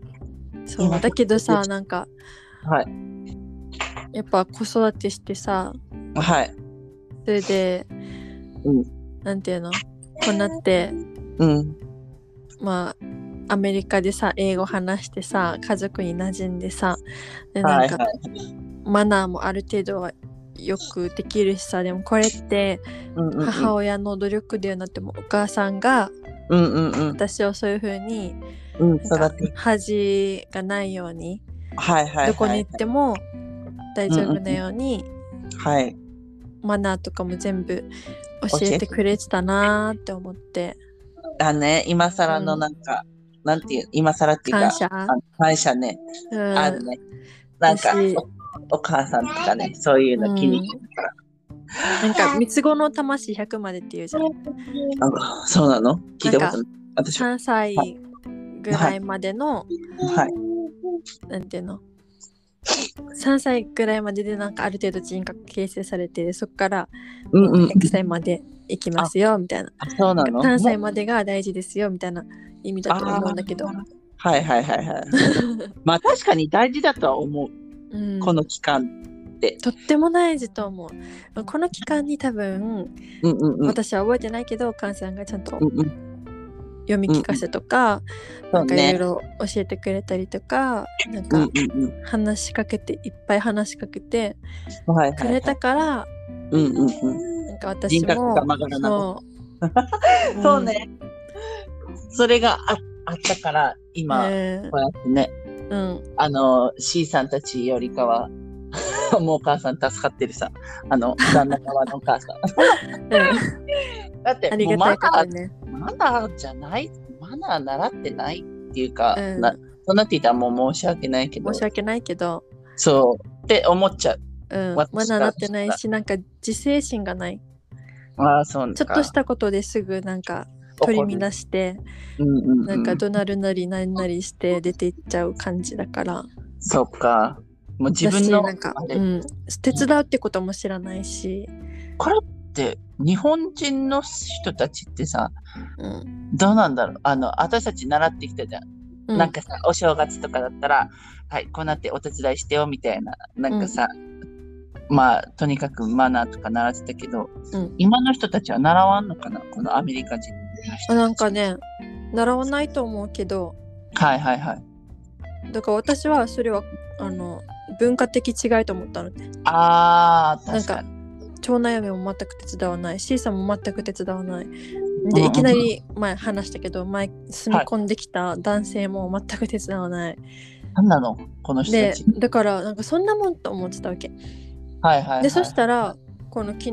S2: そ
S3: 今
S2: う
S3: と
S2: だけどさなんか
S3: はい
S2: やっぱ子育てしてさ
S3: はい。
S2: それで、
S3: う
S2: なんていうのこうなって
S3: うん
S2: まあアメリカでさ英語話してさ家族に馴染んでさでな
S3: は
S2: ん
S3: い
S2: か、
S3: はい。
S2: マナーもある程度はよくできるしさでもこれって
S3: うんうんうん
S2: 母親の努力だよなってもお母さんが
S3: うんうんうん
S2: 私をそういう風に
S3: うん
S2: なん
S3: 育
S2: か
S3: て
S2: 恥がないように
S3: はいはいはい。
S2: どこに行っても大丈夫なように
S3: はい。
S2: マナーとかも全部教えてくれてたなーって思って
S3: だね今更のなんか、なんていう今更っていうか
S2: 感謝、
S3: あ感謝ね。
S2: う
S3: ある
S2: ん、
S3: ね。なんか
S2: 私
S3: おお母さんとかねそういうの気に入ったら、
S2: なんか三つ子の魂100までっていうじゃん
S3: なんかそうなの聞いたことない。私は
S2: 3歳ぐらいまで
S3: は
S2: の、
S3: い
S2: なんていうの3歳ぐらいまででなんかある程度人格形成されてそこから
S3: うんうん
S2: 100歳まで行きますよみたいな,、
S3: あそうなの
S2: 3歳までが大事ですよみたいな意味だと思うんだけど
S3: あ、ーはいはいはいはい まあ確かに大事だとは思う、
S2: うん、
S3: この期間
S2: とっても大事と思うこの期間に多分、
S3: うんうんうん
S2: 私は覚えてないけどお母さんがちゃんと
S3: うんうん
S2: 読み聞かせとか、
S3: そ
S2: な
S3: うん
S2: かいろ
S3: ね
S2: いろ教えてくれたりとかなん
S3: うんう
S2: か
S3: ん
S2: 話しかけていっぱい話しかけて
S3: うんはい
S2: く
S3: はい、
S2: れたから、
S3: うんうんうん
S2: なんか私
S3: 人格
S2: も
S3: が曲がらなかっ
S2: そ
S3: た
S2: う
S3: そう、ね、それがああったから
S2: うん
S3: 今、
S2: ね
S3: こうやってね
S2: うん、
S3: あの C さんたちよりかは もうお母さん助かってるさあの旦那側のお母さん
S2: うん
S3: だって
S2: あり
S3: もう
S2: がた
S3: マ
S2: いこと
S3: ナー
S2: にね。
S3: マナーじゃないマナー習ってないっていうか、
S2: うん
S3: なそうなっていたらもう申し訳ないけど
S2: 申し訳ないけど、
S3: そうって思っちゃう
S2: うん、
S3: 私
S2: まだなってないし、なんか自制心がない。
S3: ああそうなん
S2: ちょっとしたことですぐなんか取り乱して、
S3: うんうんうん、
S2: なんか怒鳴るなりなんなりして出ていっちゃう感じだから、
S3: そっかもう自
S2: だし
S3: 分の
S2: なんか、
S3: あれ
S2: うん、手伝うってことも知らないし、
S3: これって日本人の人たちってさ
S2: うん、
S3: どうなんだろうあの私たち習ってきたじゃん
S2: う
S3: なんかさお正月とかだったら「はいこうなってお手伝いしてよ」みたいななんかさ、まあとにかくマナーとか習ってたけど、
S2: うん
S3: 今の人たちは習わんのかなこのアメリカ人
S2: あなんかね、習わないと思うけど、
S3: はいはいはい
S2: だから私はそれはあの文化的違いと思ったのね。
S3: あー
S2: なん
S3: 確
S2: か
S3: かに
S2: 長男嫁も全く手伝わない C さんも全く手伝わない
S3: うん
S2: でいきなり前話したけど前住み込んできた男性も全く手伝わない、
S3: 何なのこの人た
S2: で
S3: ち
S2: だからなんかそんなもんと思ってたわけ
S3: はいはい、はい、
S2: でそしたらこの昨日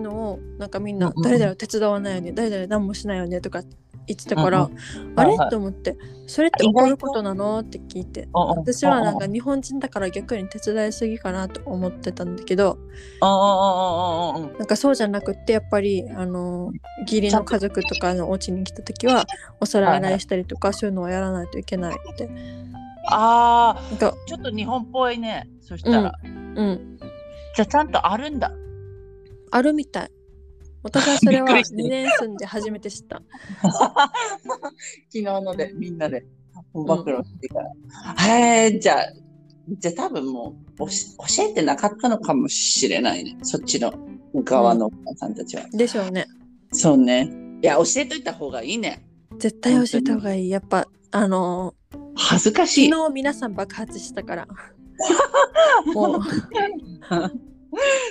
S2: なんかみん
S3: う
S2: なん
S3: うん
S2: 誰々手伝わないよね誰々何もしないよねとか言ってたから、
S3: うん
S2: あ
S3: は
S2: れ
S3: いはい
S2: と思ってそれって
S3: 意外と
S2: 怒ることなのって聞いて
S3: うんうん
S2: 私はなんか
S3: う
S2: 日本人だから逆に手伝いすぎかなと思ってたんだけど
S3: うんうんうんうんうんうん
S2: なんかそうじゃなくってやっぱりあの義理の家族とかのお家に来た時はお皿洗いしたりとかそういうのをやらないといけないって
S3: あ
S2: なんか
S3: ーちょっと日本っぽいねそしたら、
S2: うん
S3: じゃあちゃんとあるんだ
S2: あるみたい私はそれは
S3: びっくりしてる
S2: 2年住んで初めて知った
S3: 昨日のでみんなで暴露してから、へえじゃあじゃあ多分もうおし教えてなかったのかもしれないねそっちの側のお母さんたちは、
S2: でしょうね
S3: そうねいや教えといた方がいいね
S2: 絶対教えた方がいいやっぱあの
S3: 恥ずかしい
S2: 昨日皆さん爆発したから もう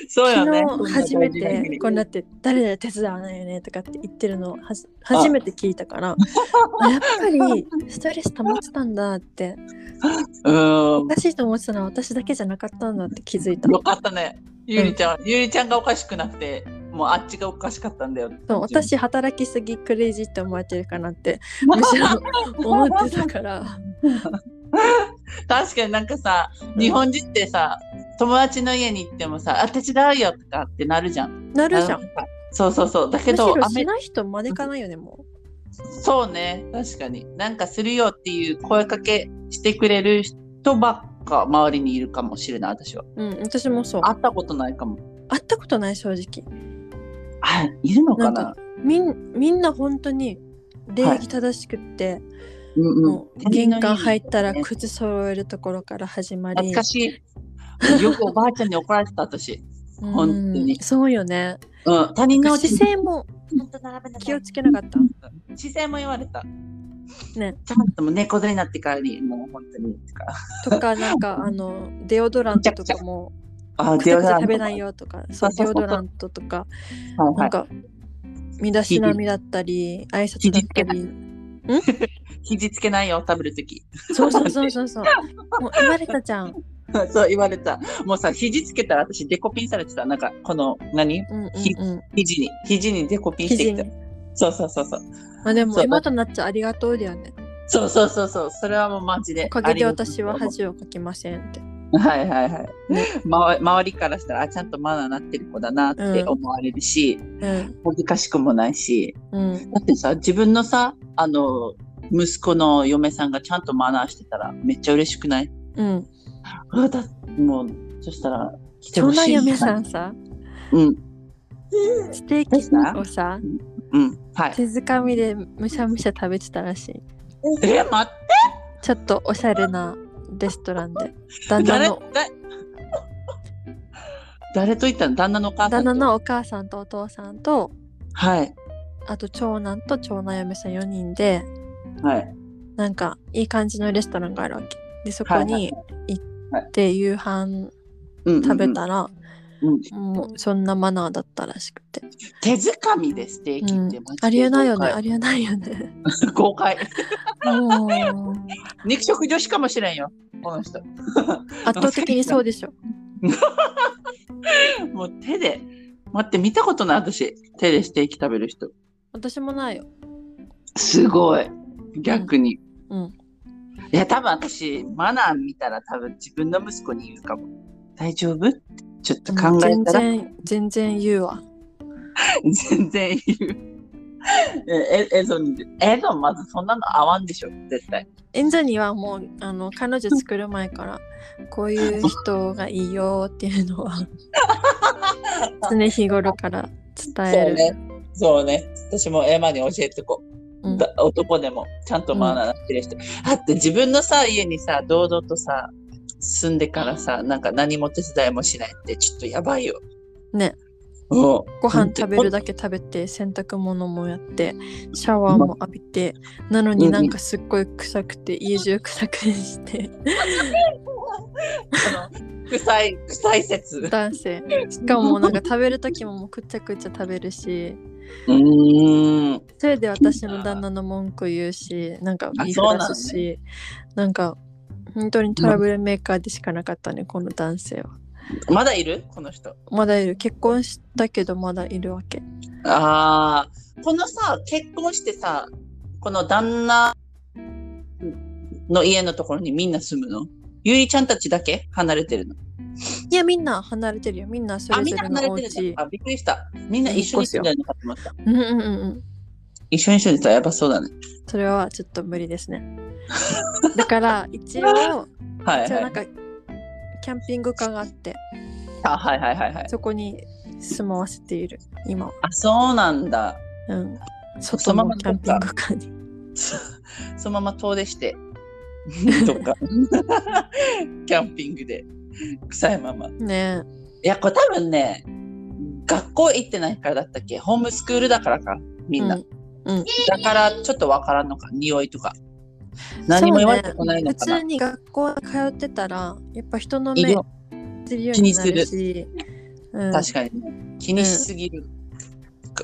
S3: そうよね
S2: 昨日初め
S3: こんな大事な日に
S2: てこうなって誰々手伝わないよねとかって言ってるのをはじ初めて聞いたからあやっぱりストレス溜まってたんだって
S3: うん
S2: おかしいと思ってたのは私だけじゃなかったんだって気づいた
S3: よかったねゆりちゃん、ゆりちゃんがおかしくなくてもうあっちがおかしかったんだよ
S2: そう私働きすぎクレイジーって思われてるかなってむしろ思ってたから
S3: 確かになんかさ日本人ってさ友達の家に行ってもさ「あ手伝うよ」とかってなるじゃん。
S2: なるじゃん
S3: そうそうそうだけ
S2: むし
S3: ど
S2: ろ
S3: アメ
S2: しない人招かないよねも
S3: そうね、確かに。なんかするよっていう声かけしてくれる人ばっか周りにいるかもしれない、私は。
S2: うん、私もそう。
S3: 会ったことないかも。
S2: 会ったことない正直。
S3: あ、いるのかな
S2: なんみんみんな本当に礼儀正しくって、
S3: うんうん
S2: もう玄関入ったら
S3: ね
S2: 靴揃えるところから始まり
S3: 懐、かしい。よくおばあちゃんに怒られてた、私。
S2: うん
S3: 本当に
S2: そうよね。
S3: うん、他人の
S2: 姿勢も気をつけなかった。
S3: 姿勢も言われた。
S2: ね。
S3: ちゃんともう猫背になってからに、もう本当に。
S2: とかなんかあのデオドラントとかも
S3: あ、
S2: くちゃくちゃ
S3: ン
S2: 食べない。よとかそう
S3: そう
S2: デ
S3: そうそう
S2: オドラントと
S3: は
S2: か
S3: い
S2: な
S3: は
S2: んか身だしなみだったり挨拶だったり
S3: い。肘つけないよ、食べるとき。
S2: そうそうそうそうそうもう言われたじゃん、
S3: そう言われた。もうさ、肘つけたら私、デコピンされてた。なんか、この、何
S2: うんうんうん、
S3: 肘に、肘にデコピンして
S2: 記事
S3: き
S2: に
S3: た。そうそうそうそう。
S2: まあでも
S3: そう
S2: 今となっちゃありがとうだよね
S3: そうそうそうそう。それはもうマジで。
S2: おかげで私
S3: あ
S2: は
S3: りがと
S2: 恥をかきませんって
S3: うはいはいはい。周周りからしたら、あ、ちゃんとマナーなってる子だなって思われるし、
S2: うん
S3: 恥ずかしくもないし。
S2: うん
S3: だってさ、自分のさ、あの、息子の嫁さんがちゃんとマナーしてたら、めっちゃ嬉しくない
S2: うん
S3: うわだもう、そしたら、来て
S2: 長
S3: ほし
S2: 男
S3: い。
S2: 嫁さんさ
S3: うん、
S2: ステーキをさ
S3: うん、はい。
S2: 手づかみでむしゃむしゃ食べてたらしい
S3: え、待って
S2: ちょっとおしゃれなレストランで旦那
S3: 誰
S2: の
S3: だ誰と行ったの旦那のお母さんと。
S2: 旦那のお母さんとお父さんと
S3: はい。
S2: あと長男と長男嫁さん4人で
S3: はい。
S2: なんかいい感じのレストランがあるわけでそこに行って夕飯
S3: うんうんうん
S2: 食べ。たら、
S3: うん
S2: もうそんなマナーだったらしくて、
S3: 手づかみでステーキ
S2: う
S3: っ
S2: ん
S3: て、マジで
S2: ありえないよねありえないよね
S3: 豪快。豪快。
S2: もう
S3: 肉食女子かもしれんよ。この人。
S2: 圧倒的にそうでしょ
S3: もう手で。待って、見たことない私。手でステーキ食べる人。
S2: 私もないよ
S3: すごい。逆に。
S2: うん
S3: いや、多分私、マナー見たら多分自分の息子に言うかも。大丈夫ちょっと考え
S2: 全
S3: たら
S2: 然全然言うわ
S3: 全然言う。え、えエゾに、エゾまずそんなの合わんでしょ、絶対。
S2: エンザにはもうあの彼女作る前からこういう人がいいよっていうの は常日頃から伝える。。
S3: そうね。私もエマに教えてこう。
S2: うん
S3: だ男でも、ちゃんとマナーなってる人。だって自分のさ、家にさ、堂々とさ、住んでからさ、なんか何も手伝いもしないって、ちょっとやばいよ。
S2: ね。
S3: もう
S2: ご飯食べる
S3: だ
S2: だけ食べて洗濯物もやってシャワーも浴びてなのになんかすっごい臭くて家中臭くして
S3: 臭い、臭い説。
S2: 男性しかもなんか食べる時ももうくっちゃくちゃ食べるし
S3: うーん。
S2: それで私の旦那の文句言うしなんか言い
S3: そうなの
S2: 出
S3: ね
S2: すしなんか本当にトラブルメーカーでしかなかったねこの男性は
S3: まだいるこの人。
S2: まだいる結婚したけどまだいるわけ
S3: ああ、このさ、結婚してさ、この旦那の家のところにみんな住むのゆりちゃんたちだけ離れてるの。
S2: いやみんな離れてるよみんなそ
S3: あ、
S2: れ
S3: みん
S2: ぞ
S3: な
S2: れ
S3: 離れ
S2: のお
S3: てるじゃん
S2: 家
S3: あ、びっくりした。みんな一緒に住んでるのかと思った。
S2: うんうんうんうん
S3: 一緒に住んでたらやばそうだね。
S2: それはちょっと無理ですね。だから 一応、
S3: はい
S2: 一応
S3: は
S2: なん
S3: い。
S2: かキャンピングカーがあって、
S3: あ、はいはいはいはい。
S2: そこに住まわせている、今は。
S3: あ、そうなんだ。
S2: うん。
S3: そ
S2: 外
S3: のま
S2: の
S3: ま
S2: キャンピングカーに。
S3: そのまま遠出 して。とか。 キャンピングで。臭いまま。
S2: ね
S3: いや、これ多分ね、学校行ってないからだったっけホームスクールだからか、
S2: え。
S3: みんな。
S2: うん
S3: だからちょっとわからんのか、匂いとか。何も言われてこないのか
S2: そうね
S3: な。
S2: 普通に学校通ってたら、やっぱ人の
S3: いる
S2: 目
S3: よ
S2: するようになる
S3: 気
S2: し、うん、
S3: 確かに、ね。気にしすぎる、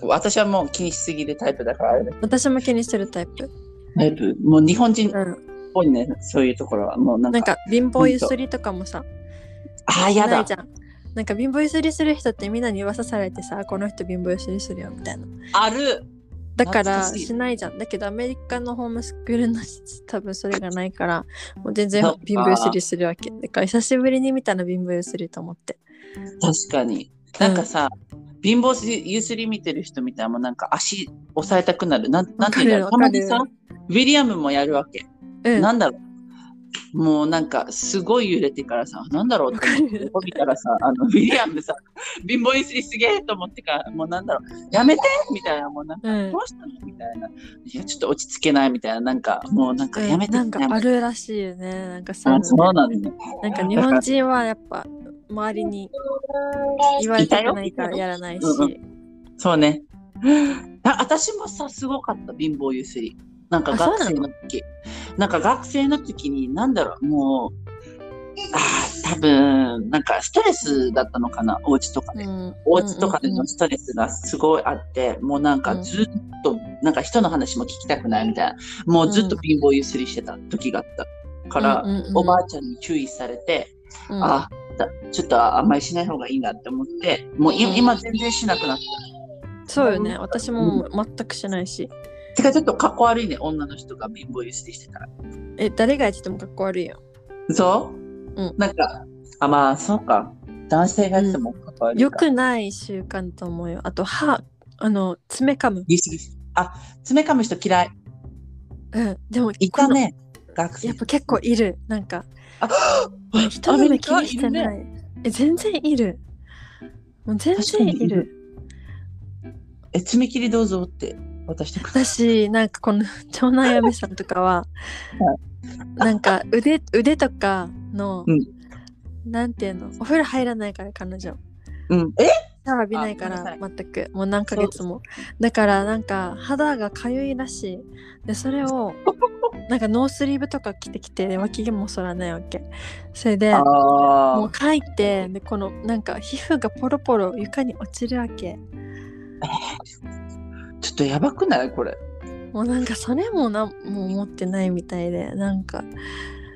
S3: 私はもう気にしすぎるタイプだからあれだけど
S2: 私も気にしてるタイプ。
S3: タイプ。もう日本人っ
S2: うん。
S3: ぽいね、そういうところは。もうなんか。
S2: なんか貧乏ゆすりとかもさ、
S3: ああ、や
S2: な
S3: だ
S2: いじ。ゃん。なんか貧乏ゆすりする人ってみんなに噂されてさ、この人貧乏ゆすりするよみたいな。
S3: ある。
S2: だから
S3: 懐かしい
S2: しないじゃん。だけどアメリカのホームスクールの人多分それがないから、もう全然
S3: そっか
S2: 貧乏ゆすりするわけ。だから久しぶりに見たら貧乏ゆすりと思って。
S3: 確かに。なんかさ、貧乏ゆすり見てる人みたいなもうなんか足押さえたくなる。なんなんていうんだろう。た
S2: わか
S3: ま
S2: る
S3: に
S2: わかる
S3: さ、ウィリアムもやるわけ。
S2: うん、
S3: なんだろう。もうなんかすごい揺れてからさ、なんだろうって思って
S2: わ
S3: 見たらさ、あのウィリアムさ、貧乏ゆすりすげえと思ってから、もうなんだろう、やめてみたいな、もうなんか、
S2: うん
S3: どうしたのみたいな。いや、ちょっと落ち着けないみたいな、なんかもうなんかやめて
S2: なんか
S3: やめて
S2: あるらしいよねなんかそういう
S3: あ
S2: の
S3: そうなんだ。
S2: なんか日本人はやっぱ周りに言われたくないからやらないし、
S3: いたよそうね。あ私もさ、すごかった、貧乏ゆすり。なんか
S2: あそう
S3: 学
S2: な
S3: 生
S2: の
S3: の時。なんか学生の時に、なんだろう、もう、ああ、多分、なんかストレスだったのかな、お家とかで。
S2: うん、
S3: お家とかで
S2: うんうんう
S3: の
S2: ん
S3: ストレスがすごいあって、もうなんかずっと、なんか人の話も聞きたくないみたいな。もうずっと貧乏ゆすりしてた時があったから、
S2: うんうんうん
S3: おばあちゃんに注意されて、
S2: うん
S3: あだちょっとあんまりしない方がいいなって思って、もうい
S2: うん
S3: 今全然しなくなった。
S2: そうよね私も全くしないし、
S3: てかちょっとかっこ悪いね、女の人が貧乏ゆすりしてたら。
S2: え誰がやっててもかっこ悪いよ
S3: そう、
S2: うん
S3: なんか、あ、まあそうか。男性がやってもかっこ悪いか。
S2: よくない習慣と思うよあと歯あの爪噛む
S3: ギシギシ。あ、爪噛む人嫌い。
S2: うんでも
S3: いたね、学
S2: こ
S3: 生。
S2: のやっぱ結構いるなんか
S3: あ
S2: 人の目気にして
S3: ア
S2: な
S3: メ
S2: いえ全然いるもう全然
S3: 確かに
S2: い
S3: い
S2: る
S3: え、爪切りどうぞって渡してくる。
S2: 私なんかこの 長男嫁さんとかは
S3: は
S2: なんか腕腕とかの、
S3: うん
S2: なんていうのお風呂入らないから彼女シ
S3: うん。え
S2: ャワー浴びないか
S3: あご
S2: ら
S3: め
S2: 全くもう何ヶ月もだからなんか肌がかゆいらしいでそれ をなんかノースリーブとか着てきて脇毛も剃らないわけそれで
S3: あ
S2: もうかいてでこのなんか皮膚がポロポロ床に落ちるわけ
S3: あ、ちょっとやばくないこれ。
S2: もうなんかそれもなんもう思ってないみたいでなんか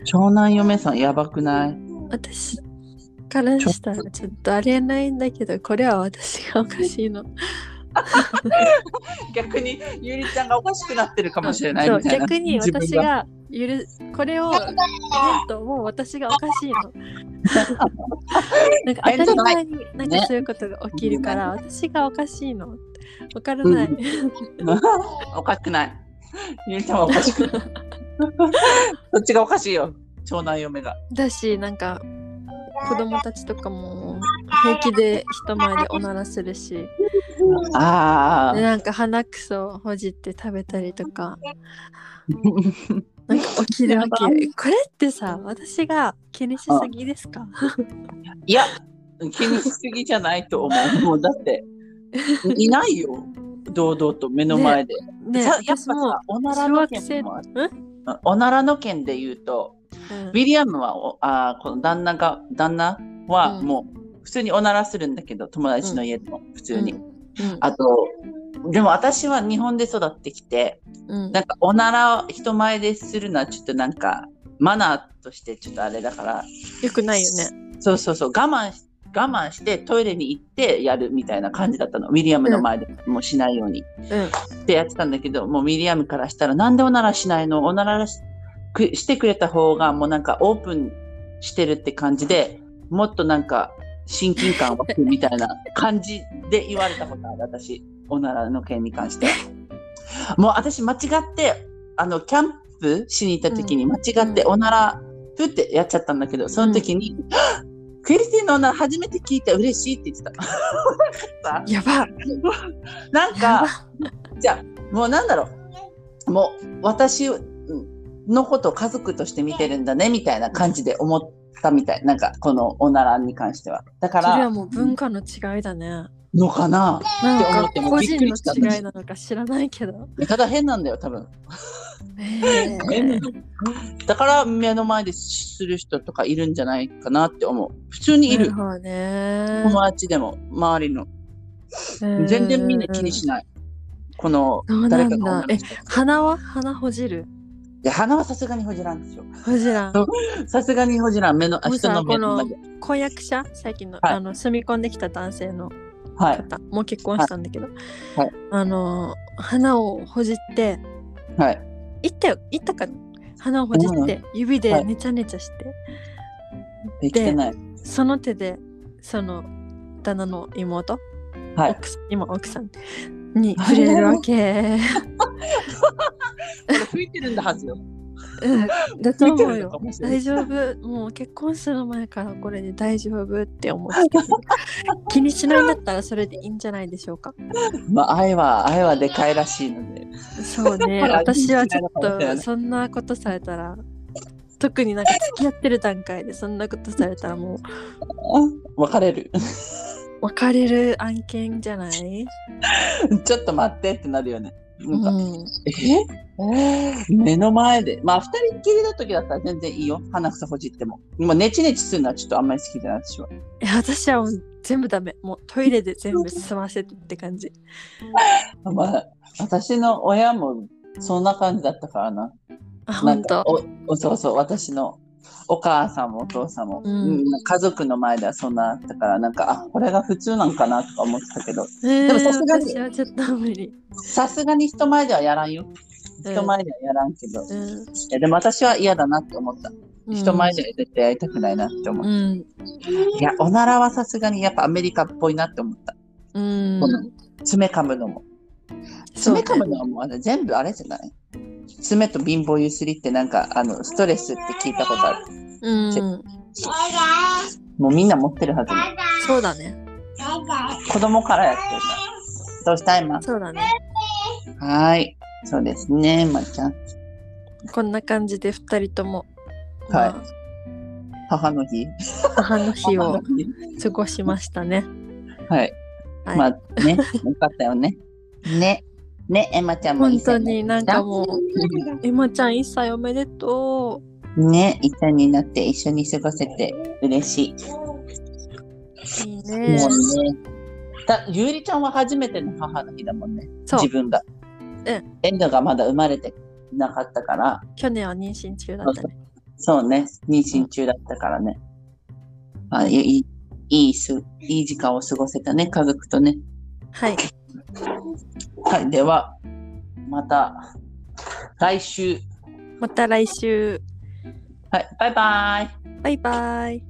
S3: 長男嫁さんやばくない
S2: 私からしたらちょっとありえないんだけどこれは私がおかしいの
S3: 逆にゆりちゃんがおかしくなってるかもしれない
S2: そう
S3: みたいな。
S2: 逆に
S3: 自分
S2: 私が許すこれを見るともう私がおかしいのなんか当たり前になんかそういうことが起きるから私がおかしいのわからない、
S3: うおかしくない。ゆりちゃんはおかし くない。そっちがおかしいよ。長男嫁が。
S2: だしなんか子供たちとかも平気で人前でおならするしで
S3: ああ。
S2: なんか鼻くそをほじって食べたりとか なんか起きるわ
S3: やば
S2: け。これってさ、私が気にしすぎですか
S3: いや、気にしすぎじゃないと思う。もうだ って、いないよ。堂々と目の前で。
S2: ねえ
S3: さやっぱ
S2: 私も
S3: さ、おならの件もある
S2: 小
S3: う
S2: 学
S3: んおならの件で言うと、
S2: うん
S3: ウィリアムはおあーこの旦那が、旦那は
S2: うん
S3: もう普通におならするんだけど、友達の家でも普通に。
S2: うん
S3: あと、でも私は日本で育ってきて、
S2: うん
S3: なんかおならを人前でするのはちょっとなんかマナーとしてちょっとあれだから
S2: よくないよね。
S3: そうそうそう我慢し我慢してトイレに行ってやるみたいな感じだったのウィリアムの前でもうしないように、ってやってたんだけどもうウィリアムからしたらなんでおならしないのおならしくしてくれた方がもうなんかオープンしてるって感じでもっとなんか親近感湧くみたいな感じで言われたことある私おならの件に関してもう私間違ってあのキャンプしに行った時に間違って
S2: うん
S3: おならふってやっちゃったんだけどその時に、クリスティンのおなら初めて聞いた嬉しいって言ってたさ
S2: やば
S3: なん
S2: や
S3: か じゃあもうなんだろうもう私のことを家族として見てるんだねみたいな感じで思ったみたいなんかこのおならに関してはだか
S2: それは
S3: ら
S2: もう文化の違いだね。なん
S3: のかな
S2: か
S3: って思
S2: 個
S3: ってもうびっ
S2: 人
S3: くりしたんだ
S2: の違いなのか知らないけど。
S3: ただ変なんだよ多分
S2: ええ
S3: だから目の前でする人とかいるんじゃないかなって思う普通にいる
S2: なほどね。
S3: 友達でも周りの全然みんな気にしないこの
S2: そうなんだ
S3: 誰かが女の人
S2: うん鼻は鼻ほじる。
S3: いや鼻はさすがにほじらんですよ
S2: ほじらん。
S3: さすがにほじらん目のあ
S2: もう
S3: 人
S2: さ
S3: の目の前
S2: こ
S3: で
S2: 婚約者最近の、
S3: はい
S2: あの住み込んできた男性の
S3: はい
S2: 方、もう結婚したんだ けど、
S3: はい
S2: あの花をほじって
S3: はい
S2: 行ったよ行ったかな花をほじって指
S3: は
S2: で
S3: い
S2: ねちゃねちゃして、
S3: できてない
S2: その手でその旦那の妹
S3: はい
S2: 奥さん今奥さんに触れるわ け、
S3: これ 吹いてるんだはずよ。
S2: うん、だと
S3: 吹いて
S2: 思
S3: るの
S2: うよ
S3: かもしれない
S2: 大丈夫もう結婚する前からこれで大丈夫って思って た気にしないんだったらそれでいいんじゃないでしょうか
S3: まあ、愛は、愛はでかいらしいので。
S2: そうね
S3: ほら
S2: 私はちょ
S3: 気にしないのかもし
S2: っ
S3: れない
S2: とそんなことされたら特になんか付き合ってる段階でそんなことされたらもう
S3: 別れる。
S2: 別れる案件じゃない、
S3: ちょっと待ってってなるよね。
S2: う
S3: なんか、
S2: ん、
S3: え目の前で。まあ、二人っきりの時だったら全然いいよ。鼻くそほじっても。もうネチネチするのはちょっとあんまり好きじゃないでしょ。
S2: いや私はもう全部ダメもうトイレで全部済ませてって感じ
S3: まあ、私の親もそんな感じだったからな。
S2: あ
S3: な
S2: 本
S3: んか
S2: 当
S3: おおそうそう私のお母さんもお父さんも、
S2: うん
S3: うん家族の前ではそんなだったからなんかあこれが普通なんかなとか思ってたけど
S2: で
S3: もさすがに
S2: 私はちょっと無理、
S3: さすがに人前ではやらんよ
S2: うん
S3: 人前ではやらんけど、
S2: う
S3: い
S2: ん
S3: やでも私は嫌だなって思った
S2: うん、
S3: 人前では絶対やりたくないなって思っ
S2: うん
S3: た、いやおならはさすがにやっぱアメリカっぽいなって思った
S2: うん
S3: この爪噛むのも
S2: そう
S3: 爪噛むのはもうあれ全部あれじゃない爪と貧乏ゆすりってなんかあのストレスって聞いたことある
S2: うん
S3: もうみんな持ってるはずね
S2: そうだね
S3: 子供からやってるから。どうしたいま
S2: そうだね
S3: はーい。そうですね、まーちゃん。
S2: こんな感じで二人とも、
S3: はい
S2: ま
S3: 母の日。
S2: あ母の日
S3: 母
S2: を
S3: の日
S2: 過ごしましたね。
S3: はい。
S2: はい
S3: まあね、よかったよ ね。ね。ね、エマちゃんも
S2: 本
S3: 一緒
S2: 当になんかも
S3: う
S2: う、エマちゃん一歳おめでとう。
S3: ね、一緒になって一緒に過ごせて嬉しい。
S2: いいね。
S3: もうね。だゆうりちゃんは初めての母の日だもんね。
S2: そう
S3: 自、分が。
S2: ん
S3: エンドがまだ生まれてなかったから、
S2: 去年は妊娠中だったね。
S3: そうね、妊娠中だったからね。まあ、いい、いいす、いい時間を過ごせたね、家族とね。
S2: はい、
S3: はい、では、また、来週。
S2: また来週。
S3: はい、バイバイ。
S2: バイバイ。